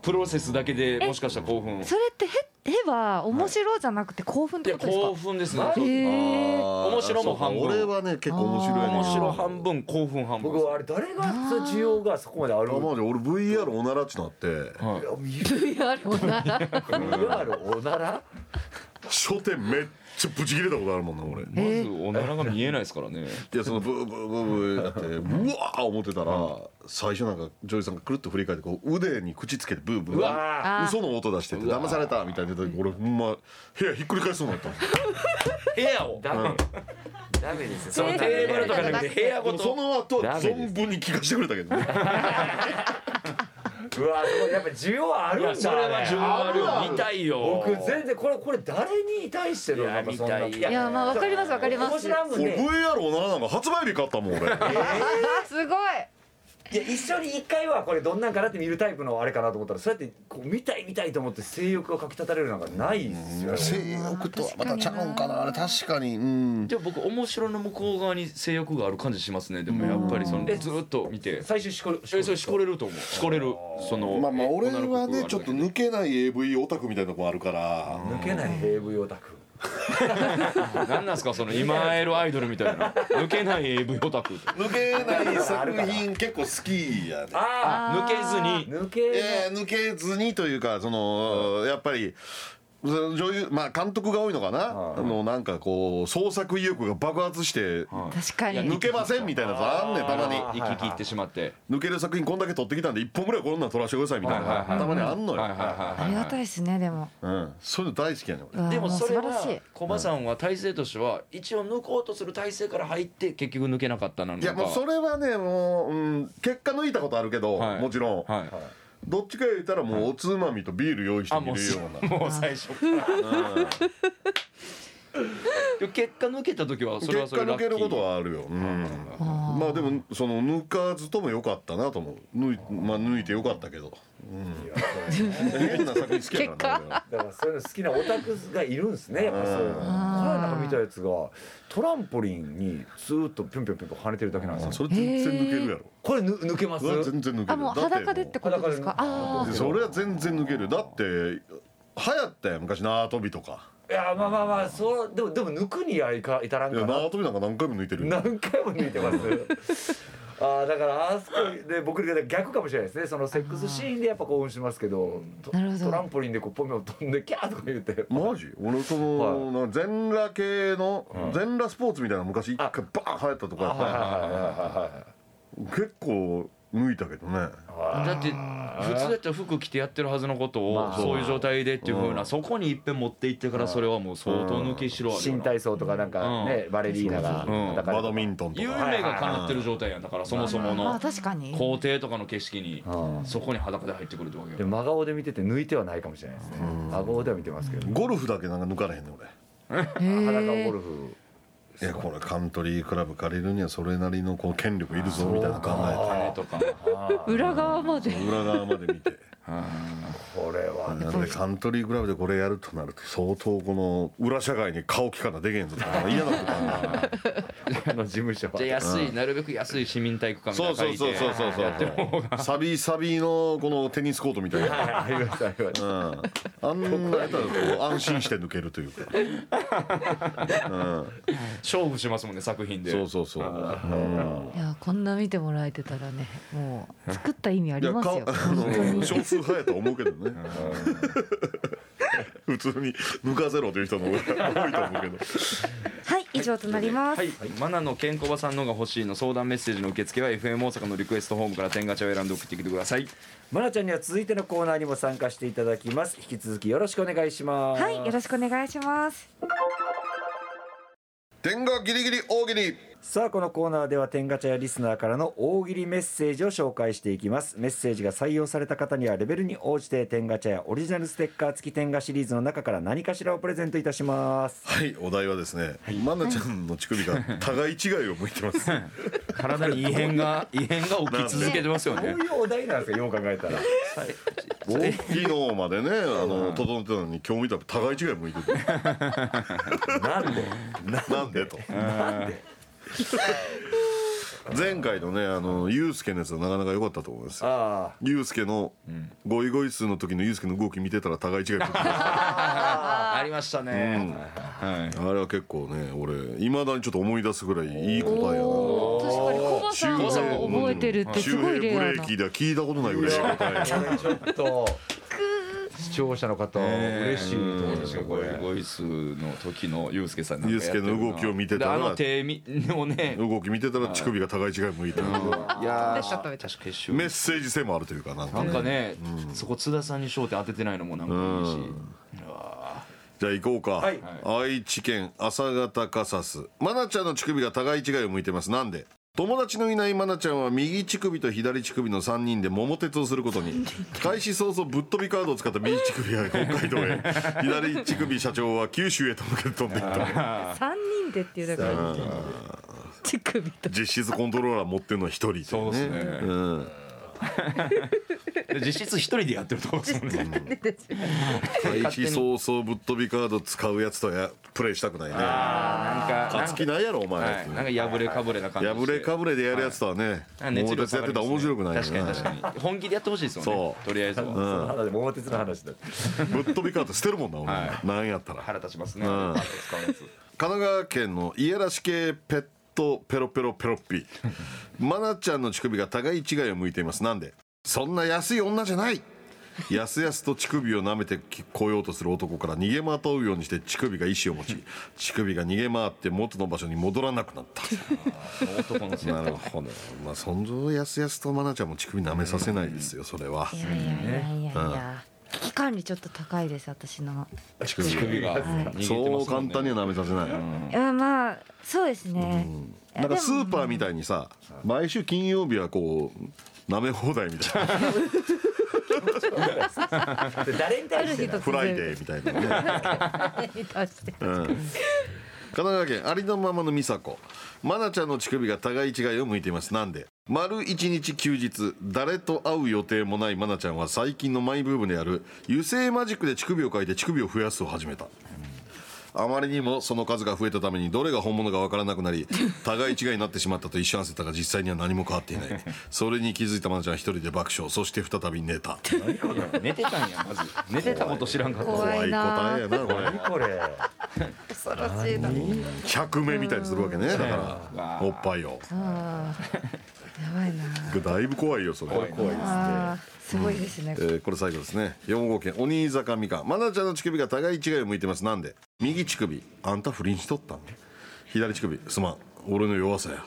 Speaker 4: プロセスだけでもしかしたら興奮い
Speaker 5: それってへへは面白じゃなくて興奮って
Speaker 4: や
Speaker 5: ことですか
Speaker 4: 興奮ですね
Speaker 5: へえー、
Speaker 2: 面
Speaker 4: 面白も半分
Speaker 2: 俺はね結構面白いね
Speaker 5: あー
Speaker 4: 面白半分興奮半分
Speaker 3: 僕はあれ誰がそう需要がそこまである
Speaker 2: あマジ俺 VR おならっちなって
Speaker 4: はい
Speaker 5: いやあれもなら
Speaker 3: VR おなら
Speaker 2: 書店めっちゃブチ切れたことあるもんな俺
Speaker 4: まずおならが見えないですからね
Speaker 2: いやそのブーブーブーブーやってうわー思ってたら最初なんか女優さんがくるっと振り返ってこう腕に口つけてブーブー
Speaker 5: ー
Speaker 2: 嘘の音出してて騙されたみたいな時俺ほんま部屋ひっくり返しそうになったもん
Speaker 6: 部屋を
Speaker 3: ダメダメですよそ
Speaker 5: そ
Speaker 3: ん
Speaker 5: う
Speaker 3: な
Speaker 6: テーブルとかじゃなくて部屋ご
Speaker 2: そ
Speaker 6: と
Speaker 2: の後
Speaker 3: ダメです
Speaker 2: 存分に聞かしてくれたけどね
Speaker 3: うわでもやっぱ需要あるんだね
Speaker 6: それは自分あるよ見たいよ
Speaker 3: 僕全然これこれ誰に対しての
Speaker 6: いや
Speaker 3: なんかそん
Speaker 6: 見
Speaker 3: な
Speaker 6: たい
Speaker 5: いやまあわかりますわかりま
Speaker 3: 面
Speaker 5: す。
Speaker 3: 白いもん
Speaker 2: 俺
Speaker 3: ね
Speaker 2: VR おならなんか発売日買ったもん俺
Speaker 5: すごい。
Speaker 3: いや一緒に一回はこれどんなんかなって見るタイプのあれかなと思ったらそうやってこう見たい見たいと思って性欲をかきたたれるなんかないですよね
Speaker 2: 性欲とはまたちゃうんかなあれ確かにうん
Speaker 4: じゃあ僕面白の向こう側に性欲がある感じしますねでもやっぱりそのずーっと見て
Speaker 3: 最終しこるし
Speaker 4: えそれしこれると思うしこれるその
Speaker 2: まあまあ俺はねちょっと
Speaker 4: ね
Speaker 2: 抜けない AV オタクみたいなとこあるから
Speaker 3: 抜けない AV オタク
Speaker 4: 何なんすかその今会えるアイドルみたいな抜けない AV オタク
Speaker 2: 抜けない作品結構好きやね
Speaker 3: あ
Speaker 4: 抜けず
Speaker 3: あ
Speaker 4: に
Speaker 3: 抜けない、
Speaker 2: えー抜けずにというかその、やっぱりその女優まあ監督が多いのかな、あのなんかこう創作意欲が爆発して、
Speaker 5: 確かに
Speaker 2: 抜。けませんみたいなやつあんねんたまに
Speaker 4: 行き切ってしまって
Speaker 2: 抜ける作品こんだけ撮ってきたんで1本ぐらいこんなん撮らせてくださいみたいな、
Speaker 4: はいはいはい
Speaker 2: たまにあんのよ、
Speaker 4: はいはいはい
Speaker 5: ありがたいですねでも。
Speaker 2: うん、そういうの大好きやねん俺
Speaker 5: うわ
Speaker 4: でもそれ
Speaker 5: う素晴らし。
Speaker 4: はいコバさんは体勢としては一応抜こうとする体勢から入って結局抜けなかったなのか
Speaker 2: いやもうそれはねもう、うん、結果抜いたことあるけど、
Speaker 4: はい
Speaker 2: もちろん、
Speaker 4: はい
Speaker 2: どっちか言ったらもうおつまみとビール用意して
Speaker 4: あ
Speaker 2: み
Speaker 4: もう
Speaker 2: るような
Speaker 4: もう最初からでも結果抜けた時はそれは
Speaker 2: 結
Speaker 4: そ
Speaker 2: 果抜
Speaker 4: れラッキー
Speaker 2: けることはあるよ、うん、まあでもその抜かずとも良かったなと思う抜い,、まあ、抜いて良かったけど、うん、変な作品好きやからな
Speaker 3: だからそういうの好きなオタクがいるんですねやっぱそういうのこれなんか見たやつがトランポリンにずーっとピョンピョンピョンピョン跳ねてるだけなんです
Speaker 2: 俺は
Speaker 3: よ
Speaker 2: それ全然抜けるやろ
Speaker 3: これぬ抜けます
Speaker 2: うわ全然抜ける
Speaker 5: あもう裸でってことですか。
Speaker 3: 裸で
Speaker 5: ああ
Speaker 2: でそれは全然抜けるだって流行ったよ昔縄跳びとか
Speaker 3: いやまあまあまあそうでもでも抜くにはいか至らん
Speaker 2: い
Speaker 3: か
Speaker 2: や
Speaker 3: な
Speaker 2: 縄跳びなんか何回も抜いてるよ
Speaker 3: 何回も抜いてますああだからあそこで僕ら逆かもしれないですねそのセックスシーンでやっぱ興奮しますけどと
Speaker 5: なるほど
Speaker 3: トランポリンでこうポミョン飛んでキャーとか言って
Speaker 2: マジ俺その、な全裸系の全裸スポーツみたいなの昔一回バーン流行ったとこや
Speaker 3: はいはいはい
Speaker 2: っ
Speaker 3: はいはい
Speaker 2: た結構抜いたけどね
Speaker 4: だって普通だったら服着てやってるはずのことを
Speaker 3: まあ
Speaker 4: そういう状態でっていうふうなそこにいっぺん持っていってからそれはもう相当抜けしろあるよ
Speaker 3: 新
Speaker 4: な
Speaker 3: 体操とかなんかね、バレリーナが
Speaker 4: うん
Speaker 3: だから
Speaker 2: バドミントンと
Speaker 4: 夢
Speaker 2: か
Speaker 4: が叶ってる状態やんだからそもそも
Speaker 5: ま
Speaker 4: の
Speaker 5: あ確かに。
Speaker 4: 校庭とかの景色に
Speaker 3: うん
Speaker 4: そこに裸で入ってくるってわけ
Speaker 3: で
Speaker 4: よ
Speaker 3: も真顔で見てて抜いてはないかもしれないですね顎では見てますけど
Speaker 2: ゴルフだけなんか抜かれへんねん俺
Speaker 3: 裸ゴ
Speaker 5: へ
Speaker 3: ルフ
Speaker 2: いやこれカントリークラブ借りるにはそれなりのこう権力いるぞみたいな考
Speaker 4: 金とか
Speaker 5: え。裏側まで
Speaker 2: え。て裏側まで見て
Speaker 3: これはね
Speaker 2: なんでカントリークラブでこれやるとなると相当この裏社会に顔聞かなでけんぞとか嫌なことあんな
Speaker 3: あの事務所
Speaker 4: じゃあ
Speaker 3: は
Speaker 4: 安いなるべく安い市民体育館みた
Speaker 2: そ
Speaker 4: いうなの
Speaker 2: そ
Speaker 4: 借
Speaker 2: う
Speaker 4: り
Speaker 2: そうそう
Speaker 4: て
Speaker 2: そうそうサビサビのこのテニスコートみたいな
Speaker 3: ありましたありまし
Speaker 2: う
Speaker 3: た
Speaker 2: んあんなやったらこう安心して抜けるという か
Speaker 4: 勝負しますもんね作品で
Speaker 2: そうそうそううん
Speaker 5: いやこんな見てもらえてたらねもう作った意味あ
Speaker 2: い
Speaker 5: り
Speaker 2: や
Speaker 5: ます
Speaker 2: か
Speaker 5: よ。
Speaker 2: あの少数派やと思うけど ね普通に抜かせろという人の方が多いと思うけど
Speaker 5: はい以上となります。
Speaker 4: はい、マナのケンコバさんのが欲しいの相談メッセージの受付は FM 大阪のリクエストホームから天ガチャを選んで送ってきてください
Speaker 3: まなちゃんには続いてのコーナーにも参加していただきます引き続きよろしくお願いします
Speaker 5: はいよろしくお願いします。
Speaker 2: 天がギリギリ大喜利
Speaker 3: さあこのコーナーでは天ガチャやリスナーからの大喜利メッセージを紹介していきますメッセージが採用された方にはレベルに応じて天ガチャやオリジナルステッカー付き天ガシリーズの中から何かしらをプレゼントいたします
Speaker 2: はいお題はですね、マナちゃんの乳首が互い違いを向いてます
Speaker 4: 体に異変が異変が起き続けてますよ
Speaker 3: こうい
Speaker 4: ね
Speaker 3: うお題なんですかよう考えたら
Speaker 2: 昨日までねあの整ってたのに今日見たら互い違い向いてる
Speaker 3: なんで
Speaker 2: なんでと 前回のねあのユースケのやつはなかなか良かったと思いますよ
Speaker 3: あ
Speaker 2: ユースケのゴイゴイスーの時のユースケの動き見てたら互い違い向いてる
Speaker 4: ありましたね、はい
Speaker 2: あれは結構ね俺いまだにちょっと思い出すぐらいいい答えやな
Speaker 5: おお確かにコバさんを覚えてるってす
Speaker 2: 周
Speaker 5: ご
Speaker 2: 平
Speaker 5: い
Speaker 2: ブ
Speaker 5: レア
Speaker 2: レー
Speaker 5: な。
Speaker 2: キでは聞いたことないぐらいいい答えや
Speaker 3: あちょっと
Speaker 4: 視
Speaker 3: 視聴者の方、嬉しいと思いますよ、こ
Speaker 4: こ
Speaker 3: れ
Speaker 4: れ。ゴイスの時のユうスケさんなんか
Speaker 2: ユースケの動きを見てたら
Speaker 4: であの手みをね
Speaker 2: 動き見てたら乳首が互い違い向いてる
Speaker 4: いや
Speaker 5: 食べちゃった
Speaker 4: ー
Speaker 5: みた
Speaker 4: 確かに一緒
Speaker 2: メッセージ性もあるというかなんか
Speaker 4: なん
Speaker 2: ね
Speaker 4: かね、そこ津田さんに焦点当ててないのもなんかいいし、
Speaker 2: じゃあ行こうか、
Speaker 3: はい
Speaker 2: 愛知県朝方カサスマナちゃんの乳首が互い違いを向いてますなんで友達のいないマナちゃんは右乳首と左乳首の3人で桃鉄をすることに開始早々ぶっ飛びカードを使った右乳首は北海道 へ左乳首社長は九州へと向けて飛んでいった
Speaker 5: 三人でっていうだから乳首と
Speaker 2: 実質コントローラー持ってるのは1人
Speaker 4: そうですね
Speaker 2: うん
Speaker 4: で実質一人でやってると思うんですよね
Speaker 2: 開始早々ぶっ飛びカード使うやつとやプレイしたくないね
Speaker 4: なんか
Speaker 2: 勝つ気ないやろお前、
Speaker 4: はい、なんか破れかぶれな感じ
Speaker 2: 破れか
Speaker 4: ぶ
Speaker 2: ぶれでやるやつとはね、もう別やってたら面白くないよね
Speaker 4: 確かに確かに本気でやってほしいですよね
Speaker 2: そう
Speaker 4: とりあえずは、
Speaker 3: その話で桃鉄の話だ。
Speaker 2: ぶっ飛びカード捨てるもんな俺、
Speaker 4: は
Speaker 2: なんやったら
Speaker 4: 腹立ちますね、
Speaker 2: ん
Speaker 4: パッと使うやつ
Speaker 2: 神奈川県のいやらし系ペットペロペロペロッ ピマナちゃんの乳首が互い違いを向いていますなんでそんな安い女じゃないやすやすと乳首を舐めてこようとする男から逃げ回うようにして乳首が意志を持ち乳首が逃げ回って元の場所に戻らなくなった
Speaker 4: 男のせい
Speaker 2: なるほどまあそんぞやすやすとマナちゃんも乳首舐めさせないですよそれはい
Speaker 5: やいやいやいやいや危機管理ちょっと高いです私の
Speaker 2: 乳首
Speaker 4: 首が逃げてますもんね
Speaker 2: そう簡単には舐めさせない、
Speaker 5: いやまあそうですねい
Speaker 2: な
Speaker 5: や
Speaker 2: んか
Speaker 5: で
Speaker 2: スー
Speaker 5: も
Speaker 2: パーみたいにさ毎週金曜日はこう舐め放題 みたいな
Speaker 3: で誰に
Speaker 5: あ
Speaker 3: 対し
Speaker 5: る日
Speaker 3: てな
Speaker 5: 突
Speaker 3: の
Speaker 2: フライデーみたいなね
Speaker 5: 然
Speaker 2: 神奈川県ありのままの美佐子マナちゃんの乳首が互い違いを向いていますなんで丸一日休日誰と会う予定もないマナちゃんは最近のマイブームである油性マジックで乳首を描いて乳首を増やすを始めたあまりにもその数が増えたためにどれが本物かわからなくなり 互い違いになってしまったと一緒に焦ったが実際には何も変わっていないそれに気づいたマナちゃんは一人で爆笑そして再び寝た
Speaker 4: 寝てたんやまず寝てたこと知らんかった
Speaker 5: 怖
Speaker 2: 怖い答えやなこれ
Speaker 3: 何これ。
Speaker 5: 恐ろしいな
Speaker 2: 100名みたいにするわけねだからおっぱいを
Speaker 5: あーやばいな
Speaker 2: だいぶ怖いよそれ
Speaker 3: 怖いですね。
Speaker 5: あーすごいですね
Speaker 2: えーこれ最後ですね4号県鬼坂みかんマナちゃんの乳首が互い違いを向いてますなんで右乳首あんた不倫しとったん左乳首すまん俺の弱さや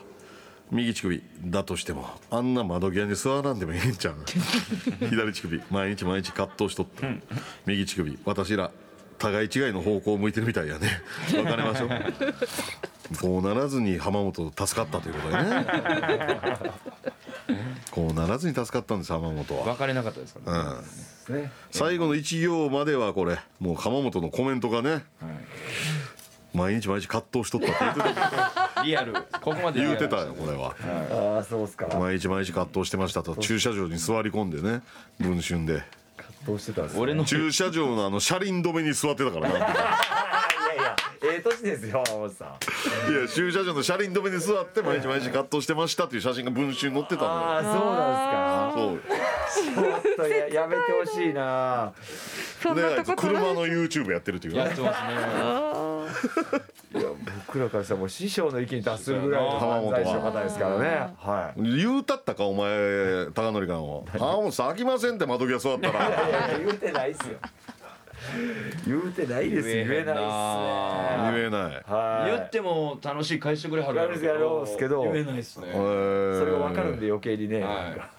Speaker 2: 右乳首だとしてもあんな窓際に座らんでもええんちゃう左乳首毎日毎日葛藤しとった右乳首私ら互い違いの方向を向いてるみたいやね別れましょうこうならずに浜本助かったということでねこうならずに助かったんです浜本は
Speaker 4: 別れなかったですから、ね
Speaker 2: 最後の一行まではこれもう鎌本のコメントがね、毎日毎日葛藤しとったって言ってた
Speaker 4: リアルここまでリ
Speaker 2: 言
Speaker 4: ア ル
Speaker 2: ってたよこれは
Speaker 3: ああ、そうっすか。
Speaker 2: 毎日毎日葛藤してましたと駐車場に座り込んでね文春で
Speaker 3: どうしてたんですか。
Speaker 4: 俺の
Speaker 2: 駐車場のあの車輪止めに座ってた からな
Speaker 3: いやいや、ええ年ですよ、山本さん。
Speaker 2: いや駐車場の車輪止めに座って毎日毎日葛藤してましたっていう写真が文春に載ってたのよ
Speaker 3: ああ、そ
Speaker 2: そう
Speaker 3: うなんですか。ちょっとややめてほしいな。
Speaker 5: そんな
Speaker 2: で
Speaker 5: とこ
Speaker 2: 車の YouTube やってるっていう
Speaker 4: やっ
Speaker 2: ね
Speaker 4: てますね
Speaker 3: 僕らからしたらもう師匠の意見に達するぐらいの
Speaker 2: 浜
Speaker 3: 犯
Speaker 2: 本は
Speaker 3: 罪者の方ですからね。は
Speaker 2: 言うたったかお前高典官を「ああもう咲きません」って窓際座ったら
Speaker 3: い。いやいや、言うてないっすよ。言うてないです。言えな
Speaker 2: 言
Speaker 3: いっすね。
Speaker 2: えない
Speaker 3: はい。
Speaker 4: 言っても楽しい会してくれはる
Speaker 3: やろうっすけど
Speaker 4: 言えないですね、
Speaker 3: そ
Speaker 2: そ
Speaker 3: れが分かるんで余計にね。
Speaker 4: は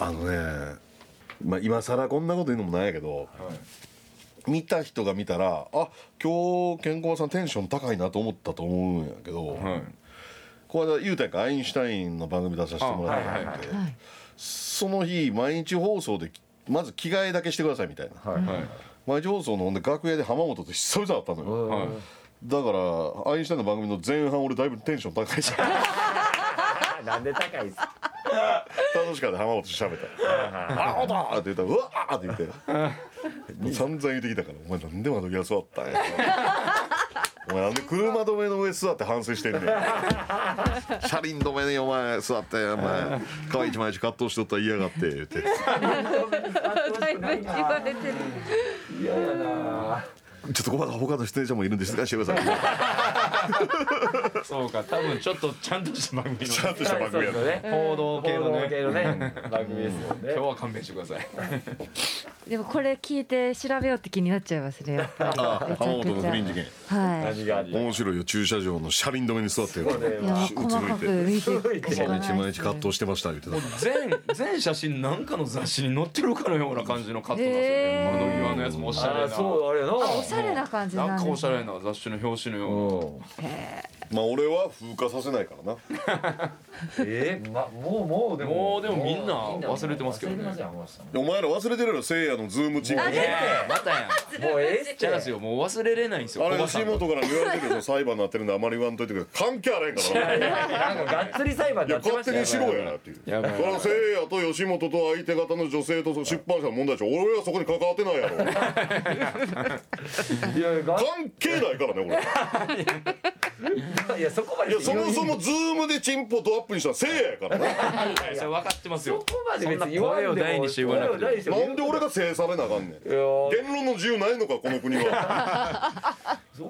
Speaker 2: あのね、まあ、今更こんなこと言うのもないやけど、見た人が見たらあ今日健康さんテンション高いなと思ったと思うんやけど、
Speaker 4: はい、
Speaker 2: これ言うたやんかアインシュタインの番組出させてもらって、その日毎日放送でまず着替えだけしてくださいみたいな、
Speaker 3: はい。はい。
Speaker 2: 毎日放送のほんで楽屋で浜本と久々だったのよ、
Speaker 4: はい
Speaker 2: だからアインシュタインの番組の前半俺だいぶテンション高いじゃん
Speaker 3: あなんで高いっすか。
Speaker 2: 楽しかった浜本と喋った「あおだ!」って言ったら「うわ!」って言ってもう散々言ってきたから「お前なんで窓際座ったんや」お前なんで車止めの上座って反省してんねん車輪止めにお前座ってお前可愛い一枚一葛藤しとったら嫌がって言って
Speaker 5: だいぶ言われてる
Speaker 3: 嫌やな。
Speaker 2: ちょっとここは他の出演者もいるんですがしてください。
Speaker 4: そうか多分ちょっとちゃんとした番組の
Speaker 2: ちゃんとした番組やった
Speaker 4: ね報道系の
Speaker 3: 報道
Speaker 4: ね
Speaker 3: 系のね番組ですもんね
Speaker 4: 今日は勘弁してください
Speaker 5: でもこれ聞いて調べようって気になっちゃいますねやっぱり
Speaker 2: あ
Speaker 5: め
Speaker 2: あ浜
Speaker 5: ちゃ
Speaker 2: 本
Speaker 5: く
Speaker 2: の
Speaker 5: ち
Speaker 2: 不
Speaker 5: ゃ
Speaker 2: 倫事件
Speaker 5: は
Speaker 3: 何が
Speaker 2: 面白いよ駐車場の車輪止めに座ってるから
Speaker 5: いいや細かく見ていくしかない
Speaker 2: 毎日
Speaker 5: ですね
Speaker 2: 毎日葛藤してました言ってたから
Speaker 4: 全全写真なんかの雑誌に載ってるかのような感じのカットなんですよ
Speaker 5: へ
Speaker 4: ね窓
Speaker 5: ー
Speaker 4: 際のやつもおしゃれ
Speaker 3: あ
Speaker 4: な
Speaker 3: そうあれやな
Speaker 5: おしゃれな感じ
Speaker 4: な
Speaker 5: なん
Speaker 4: ん
Speaker 5: です
Speaker 4: か
Speaker 5: ね
Speaker 4: おしゃれな雑誌の表紙のような
Speaker 3: うん
Speaker 2: まあ俺は風化させないからな
Speaker 3: えー、まもうもうでも
Speaker 4: もうでもみんな忘れてますけどね
Speaker 3: 忘れてますよ
Speaker 2: お前ら忘れてるやろせいやのズームチーム
Speaker 4: ねえまたやん
Speaker 3: もうええっ
Speaker 4: じゃあで
Speaker 3: て
Speaker 4: すよもう忘れれないんですよ
Speaker 2: あれ
Speaker 4: 小賀さ
Speaker 2: 吉
Speaker 4: んの
Speaker 2: 本から言われてるよ裁判になってるんであまり言わんといてくれ関係あれんからない
Speaker 3: なんかがっつり裁判に
Speaker 2: や
Speaker 3: なってま
Speaker 2: 勝
Speaker 3: し
Speaker 2: 手にし
Speaker 3: た
Speaker 2: ろ
Speaker 3: よ
Speaker 2: やっていうそれ
Speaker 4: やばい
Speaker 2: はせいやと吉本と相手方の女性と出版社の問題でしょ俺はそこに関わってないやろ
Speaker 3: いやが
Speaker 2: 関係ないからね俺
Speaker 3: いやそこまで
Speaker 2: いやそもそもズームでチンポとアップにしたらせいややからね
Speaker 4: いやそれ分かってます
Speaker 3: そ
Speaker 4: よ
Speaker 3: こまで別に言わんでも
Speaker 4: そんな声を大にして言わなくても
Speaker 3: 声を大にしても
Speaker 2: なんで俺が制されなあかんねん
Speaker 3: いやー
Speaker 2: 言論の自由ないのかこの国は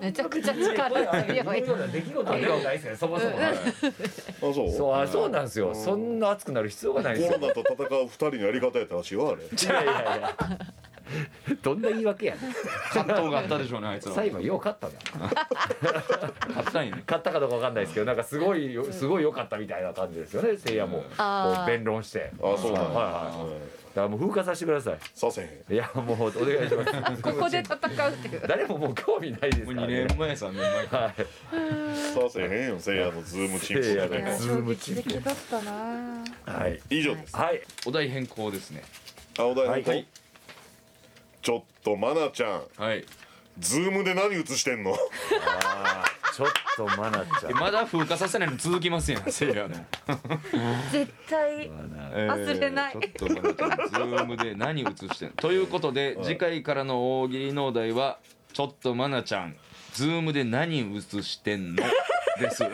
Speaker 5: めちゃくちゃ力強い
Speaker 3: そうな出来事ではないですよねそもそも
Speaker 2: あそう
Speaker 3: そうあそうなんですよそんな熱くなる必要がないです
Speaker 2: コ
Speaker 3: よ
Speaker 2: ロナと戦う二人のやり方やったらしいわあれ
Speaker 3: いやいやいやどんな言い訳やねん
Speaker 4: 葛藤があったでしょうねあいつら
Speaker 3: 裁判よう勝ったな
Speaker 4: 勝ったんやね
Speaker 3: 勝ったかどうかわかんないですけどなんかすごいよすごい良かったみたいな感じですよねせいやもこ
Speaker 5: あー
Speaker 3: う弁論して
Speaker 2: あそうなん
Speaker 3: はい
Speaker 2: や
Speaker 3: はいはいだからもう風化させてください
Speaker 2: させへん
Speaker 3: いやもうお願いします
Speaker 5: ここで戦うっていう
Speaker 3: 誰ももう興味ないです
Speaker 4: もう
Speaker 3: から
Speaker 4: 2
Speaker 3: ね
Speaker 4: 年前3年前か
Speaker 3: はい
Speaker 2: させへんよせいやのズームチンポ
Speaker 3: せいや
Speaker 5: いや
Speaker 3: ね
Speaker 5: 衝撃的だったな
Speaker 3: はい
Speaker 2: 以上です
Speaker 3: はい
Speaker 4: お題変更ですね
Speaker 2: 青田
Speaker 3: はい
Speaker 2: 本当ちょっとマナちゃん
Speaker 4: はい
Speaker 2: ズームで何映してんの
Speaker 3: ちょっとマナちゃん
Speaker 4: でまだ風化させないの続きますやんせいやの
Speaker 5: 絶対忘れない
Speaker 4: えーちょっと待ってズームで何映してんのということで次回からの大喜利のお題は「ちょっとまなちゃんズームで何映してんの?」です
Speaker 3: もう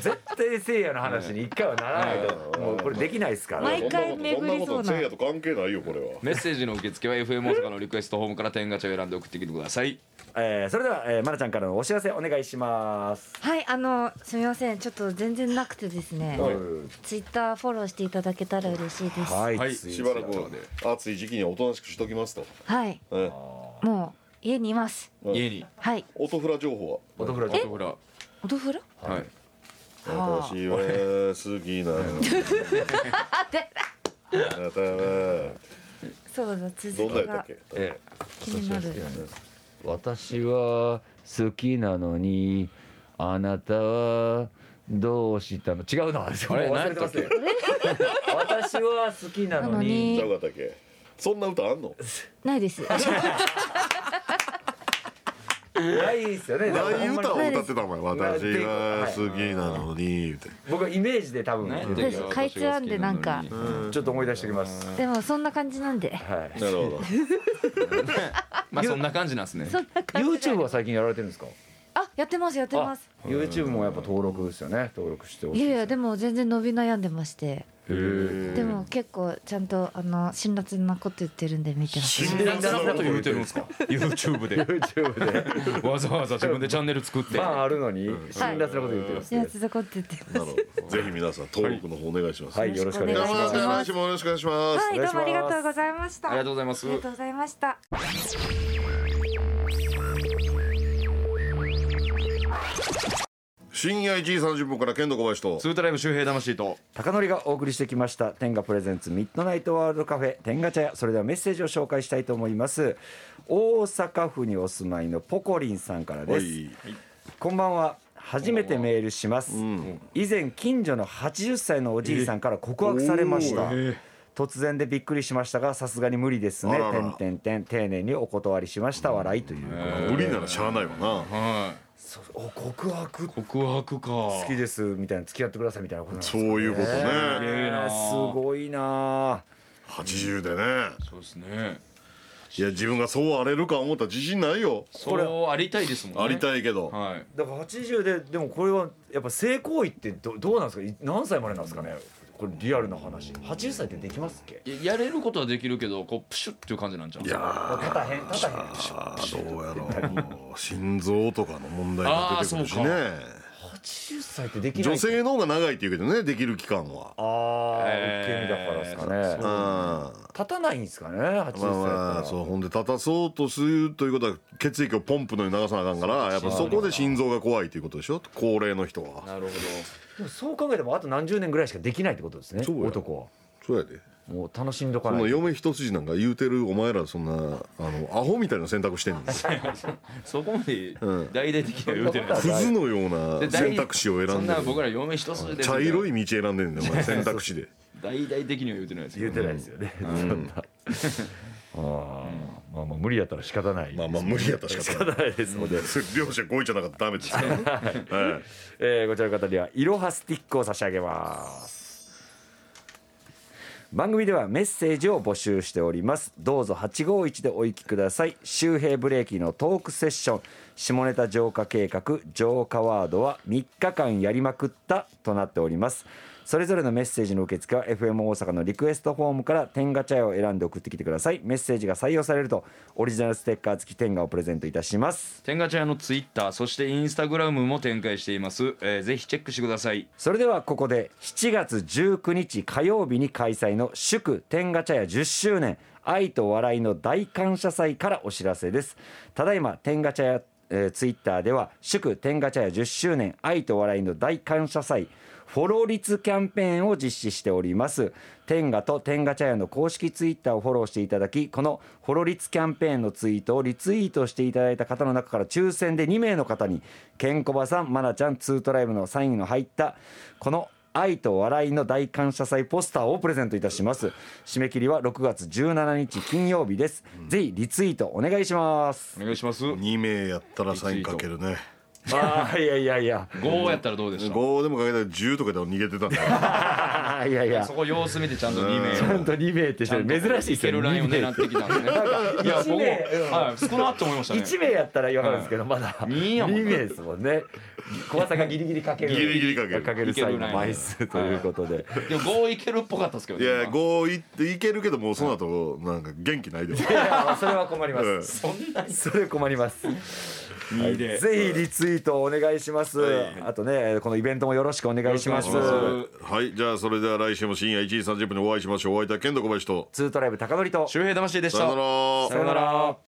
Speaker 3: 絶対せいやの話に一回はならないともうこれできないですから
Speaker 5: 毎回巡り
Speaker 2: そ
Speaker 5: そ
Speaker 2: んなこと
Speaker 5: う
Speaker 2: せ
Speaker 5: ない
Speaker 2: やと関係ないよこれは
Speaker 4: メッセージの受付は FM 大阪のリクエストホームから天ガチャを選んで送ってきてください
Speaker 3: えーそれでは、えー、まなちゃんからのお知らせお願いします
Speaker 5: はいあのすみませんちょっと全然なくてですねツイッターフォローしていただけたら嬉しいですはい、
Speaker 3: い
Speaker 4: はい
Speaker 3: つい
Speaker 2: しばらく暑い時期にはおとなしくしときますと、ええ
Speaker 5: もう家にいます
Speaker 4: 家に
Speaker 5: はい
Speaker 2: 音フラ情報は
Speaker 3: 音フラ
Speaker 4: ほら
Speaker 5: お豆腐ら
Speaker 4: はい
Speaker 5: はあ
Speaker 2: 私は好きなのあなたは
Speaker 5: そうだ続
Speaker 2: どんなや
Speaker 5: き
Speaker 2: った
Speaker 5: が
Speaker 2: っけ
Speaker 3: え
Speaker 5: 気になる
Speaker 3: 私は好きなのにあなたはどうしたの違うなあれ忘れてますね私は好きなのに
Speaker 2: ちゃうかったっけそんな歌あんの
Speaker 5: ないです
Speaker 3: ないですよねだから
Speaker 2: 何
Speaker 3: ほんまに
Speaker 2: 歌を歌ってたお前私は好きなのにって
Speaker 3: 僕はイメージで多分
Speaker 4: 何
Speaker 5: でかいつまんでなんか
Speaker 3: ちょっと思い出しておきます
Speaker 5: でもそんな感じなんで
Speaker 3: はい
Speaker 2: なるほど
Speaker 4: まあそんな感じなんですね
Speaker 5: そんな感じ
Speaker 3: YouTube は最近やられてるんですか
Speaker 5: あやってますやってます
Speaker 3: YouTube もやっぱ登録ですよね登録してほし
Speaker 5: い
Speaker 3: い
Speaker 5: やいやでも全然伸び悩んでましてでも結構ちゃんとあの辛辣なこと言ってるんで見てます
Speaker 4: 辛辣なこと言うてるんですか YouTube で
Speaker 3: YouTube で
Speaker 4: わざわざ自分でチャンネル作って
Speaker 3: まああるのに辛辣なこと言ってます、
Speaker 5: 辛辣なこと言ってます
Speaker 2: なるほどぜひ皆さん登録の方お願いします、
Speaker 3: はいよろしくお願いします
Speaker 5: お願い
Speaker 2: 来週
Speaker 5: します
Speaker 2: もよろしくお願いします、
Speaker 5: はいどうもありがとうございました
Speaker 4: ありがとうございま
Speaker 5: あ
Speaker 4: す
Speaker 5: りがとうございました
Speaker 2: 深夜1時30分から剣道小林と
Speaker 4: ツートライブ周平魂と
Speaker 3: 高典がお送りしてきました天下プレゼンツミッドナイトワールドカフェ天下茶屋それではメッセージを紹介したいと思います大阪府にお住まいのポコリンさんからです、
Speaker 2: はい
Speaker 3: こんばんは初めてメールします、以前近所の80歳のおじいさんから告白されました、突然でびっくりしましたがさすがに無理ですね
Speaker 2: あらら
Speaker 3: てんてんてん丁寧にお断りしました笑いという、
Speaker 2: 無理ならしゃあないわな
Speaker 4: は
Speaker 3: そうお告白
Speaker 4: い告白か好
Speaker 3: 好きですみたいな付き合ってくださいみたいなことなんです
Speaker 2: そ
Speaker 3: か
Speaker 2: ういうことね
Speaker 4: げえな
Speaker 3: すごいな
Speaker 2: 80でね
Speaker 4: そうですね
Speaker 2: いや自分がそう荒れるか思ったら自信ないよ
Speaker 4: それをありたいですもんね
Speaker 2: ありたいけど、
Speaker 4: はい
Speaker 3: だから80ででもこれはやっぱ性行為ってどどうなんですかい何歳までなんですかねこれリアルな話80歳ってできますっけ
Speaker 6: いややれることはできるけどこうプシュッっていう感じなんじゃん
Speaker 3: 立たへん立たへん
Speaker 2: ああどうやろう心臓とかの問題が出てくるしね
Speaker 3: 80歳ってできない
Speaker 2: 女性の方が長いって言うけどねできる期間は
Speaker 3: ああ、
Speaker 6: えー
Speaker 3: 受け身だからです
Speaker 2: うん
Speaker 3: かね立たないんですかね80歳
Speaker 2: まあまあ
Speaker 3: だった
Speaker 2: そう
Speaker 3: ら
Speaker 2: ほんで立たそうとするということは血液をポンプのように流さなあかんからやっぱそこで心臓が怖いということでしょ高齢の人は
Speaker 6: なるほど
Speaker 3: でもそう考えてもあと何十年ぐらいしかできないってことですね
Speaker 2: そうや
Speaker 3: 男は
Speaker 2: そうやで
Speaker 3: もう楽しんどか
Speaker 2: そ
Speaker 3: ない
Speaker 2: の
Speaker 3: と
Speaker 2: 嫁一筋なんか言うてるお前らそんなあのアホみたいな選択して んの
Speaker 6: そこまで
Speaker 2: うん
Speaker 6: 大々的には言うてない
Speaker 2: クズのような選択肢を
Speaker 6: そ
Speaker 2: 選ん
Speaker 6: ん
Speaker 2: で
Speaker 6: な僕
Speaker 2: る
Speaker 6: ら嫁一筋で
Speaker 2: 茶色
Speaker 6: い
Speaker 2: い道選んでんだよ お前選択肢で
Speaker 6: 大々的には言うてないです
Speaker 3: 言
Speaker 6: よ
Speaker 3: うてないですよね、 そんなあーまあまあ無理やったら仕方ない
Speaker 2: まあまあ無理やったし
Speaker 3: 仕
Speaker 2: か
Speaker 3: 方
Speaker 2: ない
Speaker 3: ないですので、
Speaker 2: 両者ごいちゃなかったらダメですから はい
Speaker 3: えーこちらの方にはイロハスティックを差し上げます番組ではメッセージを募集しておりますどうぞ851でお行きください周平ブレーキのトークセッション下ネタ浄化計画浄化ワードは3日間やりまくったとなっておりますそれぞれのメッセージの受付は FM 大阪のリクエストフォームから天ガチャを選んで送ってきてくださいメッセージが採用されるとオリジナルステッカー付き天ガをプレゼントいたします
Speaker 6: 天ガチャ屋のツイッターそしてインスタグラムも展開しています、えーぜひチェックしてください
Speaker 3: それではここで7月19日火曜日に開催の祝天ガ茶屋10周年愛と笑いの大感謝祭からお知らせですただいま天ガ茶屋えー、ツイッターでは祝天ガ茶屋10周年愛と笑いの大感謝祭フォロー率キャンペーンを実施しております天ガと天ガ茶屋の公式ツイッターをフォローしていただきこのフォロー率キャンペーンのツイートをリツイートしていただいた方の中から抽選で2名の方にケンコバさんマナちゃんツートライブのサインの入ったこの愛と笑いの大感謝祭ポスターをプレゼントいたします締め切りは6月17日金曜日です、ぜひリツイートお願いします
Speaker 6: お願いします
Speaker 2: 2名やったらサインかけるね
Speaker 3: あーいやいやいや
Speaker 6: 5やったらどうでした
Speaker 2: 5でもかけたら10とかでも逃げてたんだよ
Speaker 3: あーいやいや
Speaker 6: そこ様子見てちゃんと2名
Speaker 3: ちゃんと2名ってしてる珍しい
Speaker 6: い
Speaker 3: です
Speaker 6: け
Speaker 3: よ
Speaker 6: るラインを
Speaker 3: 2名
Speaker 6: 狙ってきたんですねいや僕も、はい、少なっと思いましたね
Speaker 3: 1名やったら分かるんですけど、まだ
Speaker 6: 二やもん
Speaker 3: 2名ですもんね怖さがギリギリかける
Speaker 2: ギリギリかける
Speaker 3: 際の枚数ということで、
Speaker 6: でも5いけるっぽかったですけど
Speaker 2: い
Speaker 6: ね
Speaker 2: や
Speaker 6: 今
Speaker 2: 5いっていけるけどもうその後なんか元気ない で
Speaker 3: いやそれは困ります、
Speaker 2: うん
Speaker 6: そんなに
Speaker 3: それ困ります、はい
Speaker 6: で
Speaker 3: ぜひリツイートお願いします、あとねこのイベントもよろしくお願いします
Speaker 6: よろしくお願いしま
Speaker 2: はいじゃあそれでは来週も深夜1時30分にお会いしましょうお会いいたい剣道小林と
Speaker 3: ツートライブ高典と
Speaker 6: 周平魂でし
Speaker 2: さよ
Speaker 6: た
Speaker 2: なら
Speaker 3: さよなら